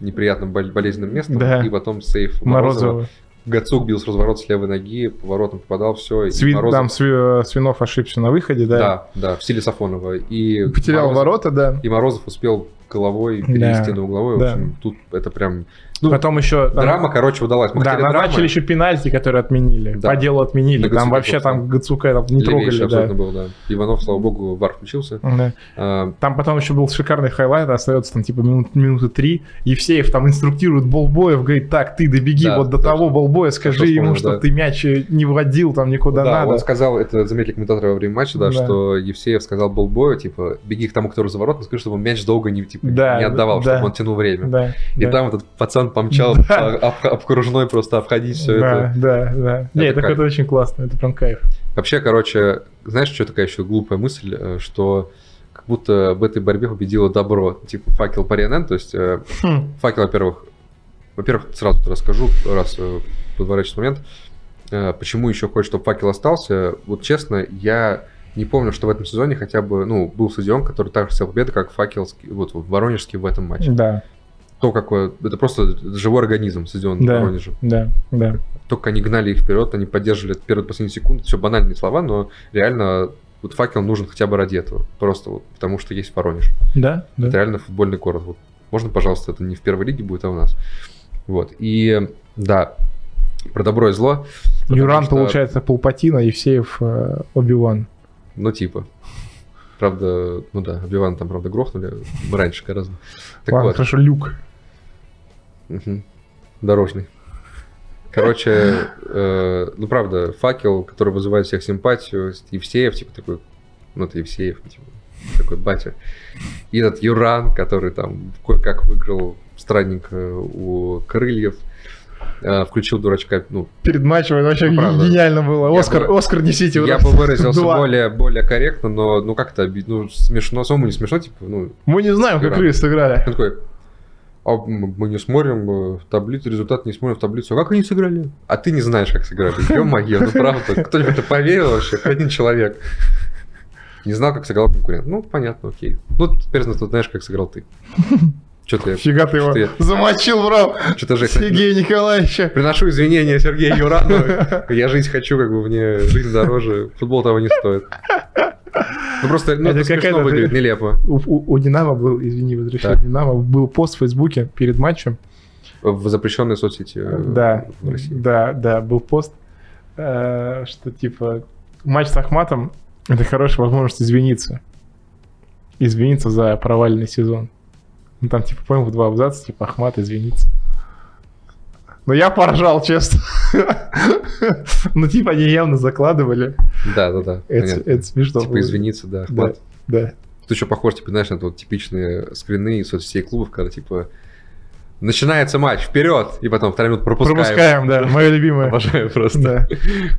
неприятным бол- болезненным местом. Да. И потом сейф Морозова. Морозова. Гацук бил с разворота с левой ноги, поворотом попадал, все. Сви- Там Сви- э, Свинов ошибся на выходе, да. да. да, в стиле Сафонова. И Потерял Морозов- ворота, да. И Морозов успел головой перевести Да. на угловой. В Да. общем, тут это прям... Ну, Потом еще... драма, короче, удалась. Мы Да, хотели драмы. назначили еще пенальти, который отменили. Да. По делу отменили. На Там Гацука, вообще там Гацука там не Левее еще трогали, да. абсолютно был, да. Иванов, слава богу, вар включился. Да. А, Там потом еще был шикарный хайлайт, остается там типа минут, минуты три. Евсеев там инструктирует болбоев, говорит, так, ты добеги Да, вот до точно. того болбоя, скажи вспомнил, ему, что да. ты мяч э, не вводил там никуда да, надо. он сказал, это заметили комментаторы во время матча, да, Да. что Евсеев сказал Болбою, типа, беги к тому, кто разворот, но скажи, чтобы он мяч долго не, типа, Да, не отдавал, да. чтобы он тянул время. Да, И да. там этот пацан помчал Да. а, об- обкружной просто обходить все да, это. да, да. Не, Это это, кайф. это очень классно, это прям кайф. Вообще, короче, знаешь, что такая еще глупая мысль, э, что как будто в этой борьбе победило добро, типа факел Парианен, то есть э, Хм, Факел, во-первых, во-первых, сразу тут расскажу, раз э, подворачивается момент, э, почему еще хочет, чтобы факел остался. Вот честно, я не помню, что в этом сезоне хотя бы, ну, был стадион, который так же хотел победы, как факел, с- вот в Воронежский в этом матче. Да, То, какое, это просто живой организм стадион Да. Воронежа. да, да. Только они гнали их вперед, они поддерживали от первой до последней секунды. Все банальные слова, но реально вот факел нужен хотя бы ради этого. Просто вот, потому что есть Воронеж. Да, да. Это реально футбольный город. Вот. Можно, пожалуйста, это не в первой лиге будет, а у нас. Вот. И да, про добро и зло. потому Юран, что, получается, Пулпатина, Евсеев, э, Оби-Ван. Ну, типа. Правда, ну да, Обиван там, правда, грохнули. Мы раньше гораздо. Так Ладно, вот. хорошо, Люк. Мгм. Дорожный. Короче, э, ну правда, факел, который вызывает всех симпатию, с- Евсеев, типа такой, ну это Евсеев, типа, такой батя. И этот Юран, который там кое-как выиграл странненько у Крыльев, э, включил дурачка, ну, Перед матчем это вообще Ну, правда. гениально было. Я Оскар, бы- Оскар, несите. вот я это. бы выразился Два. более, более корректно, но ну как-то оби- ну, смешно, самому не смешно, типа, ну, Мы не знаем, как Юран. крылья сыграли. я такой, а м- мы не смотрим э, таблицу, результат не смотрим в таблицу. А как они сыграли? А ты не знаешь, как сыграли. Ё-моё, ну правда, кто в это поверил вообще? Хоть один человек. Не знал, как сыграл конкурент. Ну, понятно, окей. Ну, теперь ты знаешь, как сыграл ты. Что-то я... Фига ты его Что я- замочил, бро. Что-то же... я, кстати, Сергея Николаевича. Приношу извинения Сергею Юрану. Я жить хочу, как бы мне жизнь дороже. Футбол того не стоит. Ну просто ну, Это это, какая-то- смешно выглядит, нелепо. У, у- у Динамо был, извини, возвращаю, Так. Динамо был пост в Фейсбуке перед матчем. В запрещенной соцсети э, Да, в России. да, да, был пост, э, что типа матч с Ахматом – это хорошая возможность извиниться. Извиниться за провальный сезон. Ну, там, типа, понял, в два абзаца, типа, Ахмат извинится. Но я поржал, честно. Ну, типа, они явно закладывали. Да, да, да. Это понятно. это смешно. Типа было. извиниться, да. Да, Хват. Да. Тут еще похоже, типа, знаешь, на вот типичные скрины из соцсетей клубов, когда типа начинается матч, вперед! И потом вторая минута пропускаем. Пропускаем, да, мое любимое. Обожаю просто. Да.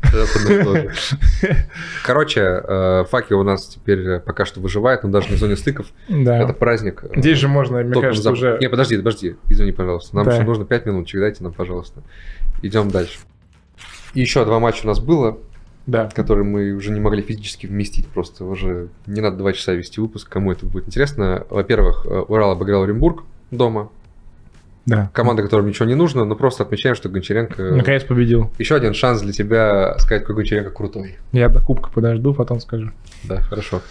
Это одно и то же. Короче, э, факел у нас теперь э, пока что выживает, но даже на зоне стыков. Это Да. праздник. э, Здесь же можно, мне Топом кажется, зап- уже... Не, подожди, подожди, извини, пожалуйста. Нам Да. еще нужно 5 минуточек, дайте нам, пожалуйста. Идем дальше. Еще два матча у нас было, Да. которые мы уже не могли физически вместить просто. Уже не надо 2 часа вести выпуск, кому это будет интересно. Во-первых, э, Урал обыграл Оренбург дома. Да. Команда, которым ничего не нужно, но просто отмечаем, что Гончаренко... Наконец победил. Еще один шанс для тебя сказать, какой Гончаренко крутой. Я до кубка подожду, потом скажу. Да, хорошо.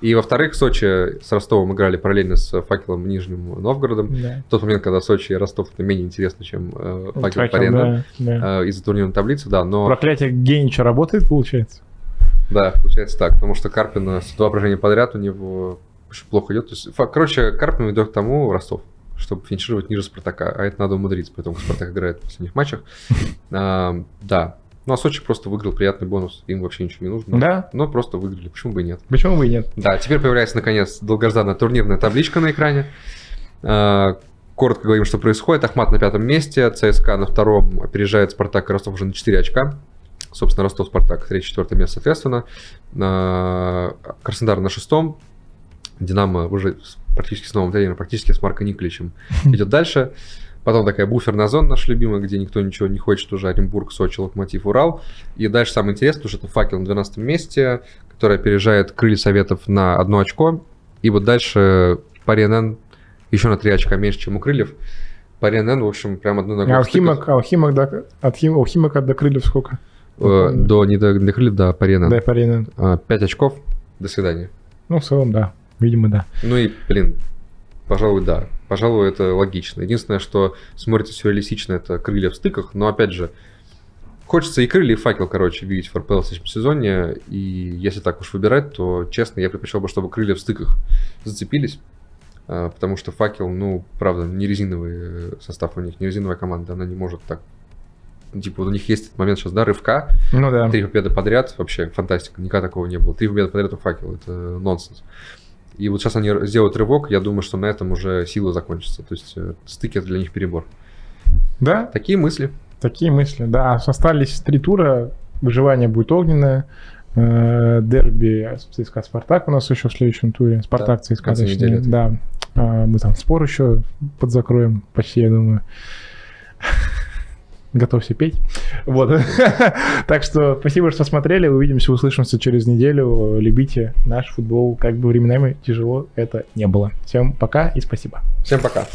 И во-вторых, в Сочи с Ростовом играли параллельно с э, факелом Нижним Новгородом. Да. В тот момент, когда Сочи и Ростов это менее интересно, чем э, Вот Факел Ну, факел, Парена да, да. э, из-за турнирной таблицы, да, А, но Проклятие Генича работает, получается? да, получается так, потому что Карпин э, с два поражения подряд у него очень плохо идет. То есть, фа- короче, Карпин ведет к тому Ростов, чтобы финишировать ниже Спартака, а это надо умудриться, поэтому Спартак играет в последних матчах. А, да, ну а Сочи просто выиграл приятный бонус, им вообще ничего не нужно. Да. Но просто выиграли, почему бы и нет. Почему бы и нет? Да, теперь появляется наконец долгожданная турнирная табличка на экране. Э, Коротко говорим, что происходит. Ахмат на пятом месте, ЦСКА на втором опережает Спартак и Ростов уже на 4 очка. собственно, Ростов, Спартак, 3-4 место, соответственно. А, Краснодар на шестом, Динамо уже с- практически с новым тренером, практически с Марко Николичем Хм. идет дальше. Потом такая буферная зона наша любимая, где никто ничего не хочет уже. Оренбург, Сочи, Локомотив, Урал. И дальше самое интересное, потому что это факел на 12 месте, который опережает крылья советов на одно очко. И вот дальше Пари НН еще на 3 очка меньше, чем у крыльев. Пари НН, в общем, прям одну ногу А у в стык Химок, а у Химок, до- от Хим- у Химока до Крыльев сколько? Э, до, не до, до крыльев, до Пари НН. Да, парень. 5 А, очков, до свидания. Ну, в целом, да. Видимо, да. Ну и, блин, пожалуй, да. Пожалуй, это логично. Единственное, что смотрится все реалистично, это крылья в стыках. Но, опять же, хочется и крылья, и факел, короче, видеть в РПЛ в следующем сезоне. И если так уж выбирать, то, честно, я предпочел бы, чтобы крылья в стыках зацепились. а, Потому что факел, ну, правда, не резиновый э, состав у них, не резиновая команда, она не может так. Ну, Типа, вот у них есть этот момент сейчас, да, рывка, Ну да. Три победы подряд, вообще фантастика, никогда такого не было. Три победы подряд у факела, это нонсенс. И вот сейчас они р- сделают рывок, я думаю, что на этом уже сила закончится. То есть э, стыки это для них перебор. Да, Такие мысли. такие мысли. Да, А остались три тура. Выживание будет огненное. Э, Дерби ЦСКА Спартак у нас еще в следующем туре. Спартак в ЦСКА, конце точнее. недели. Да. А, Мы там спор еще подзакроем, почти, я думаю. Готовься петь. Вот. так что спасибо, что смотрели. Увидимся, услышимся через неделю. Любите наш футбол. Как бы временами тяжело это не было. Всем пока и спасибо. Всем пока.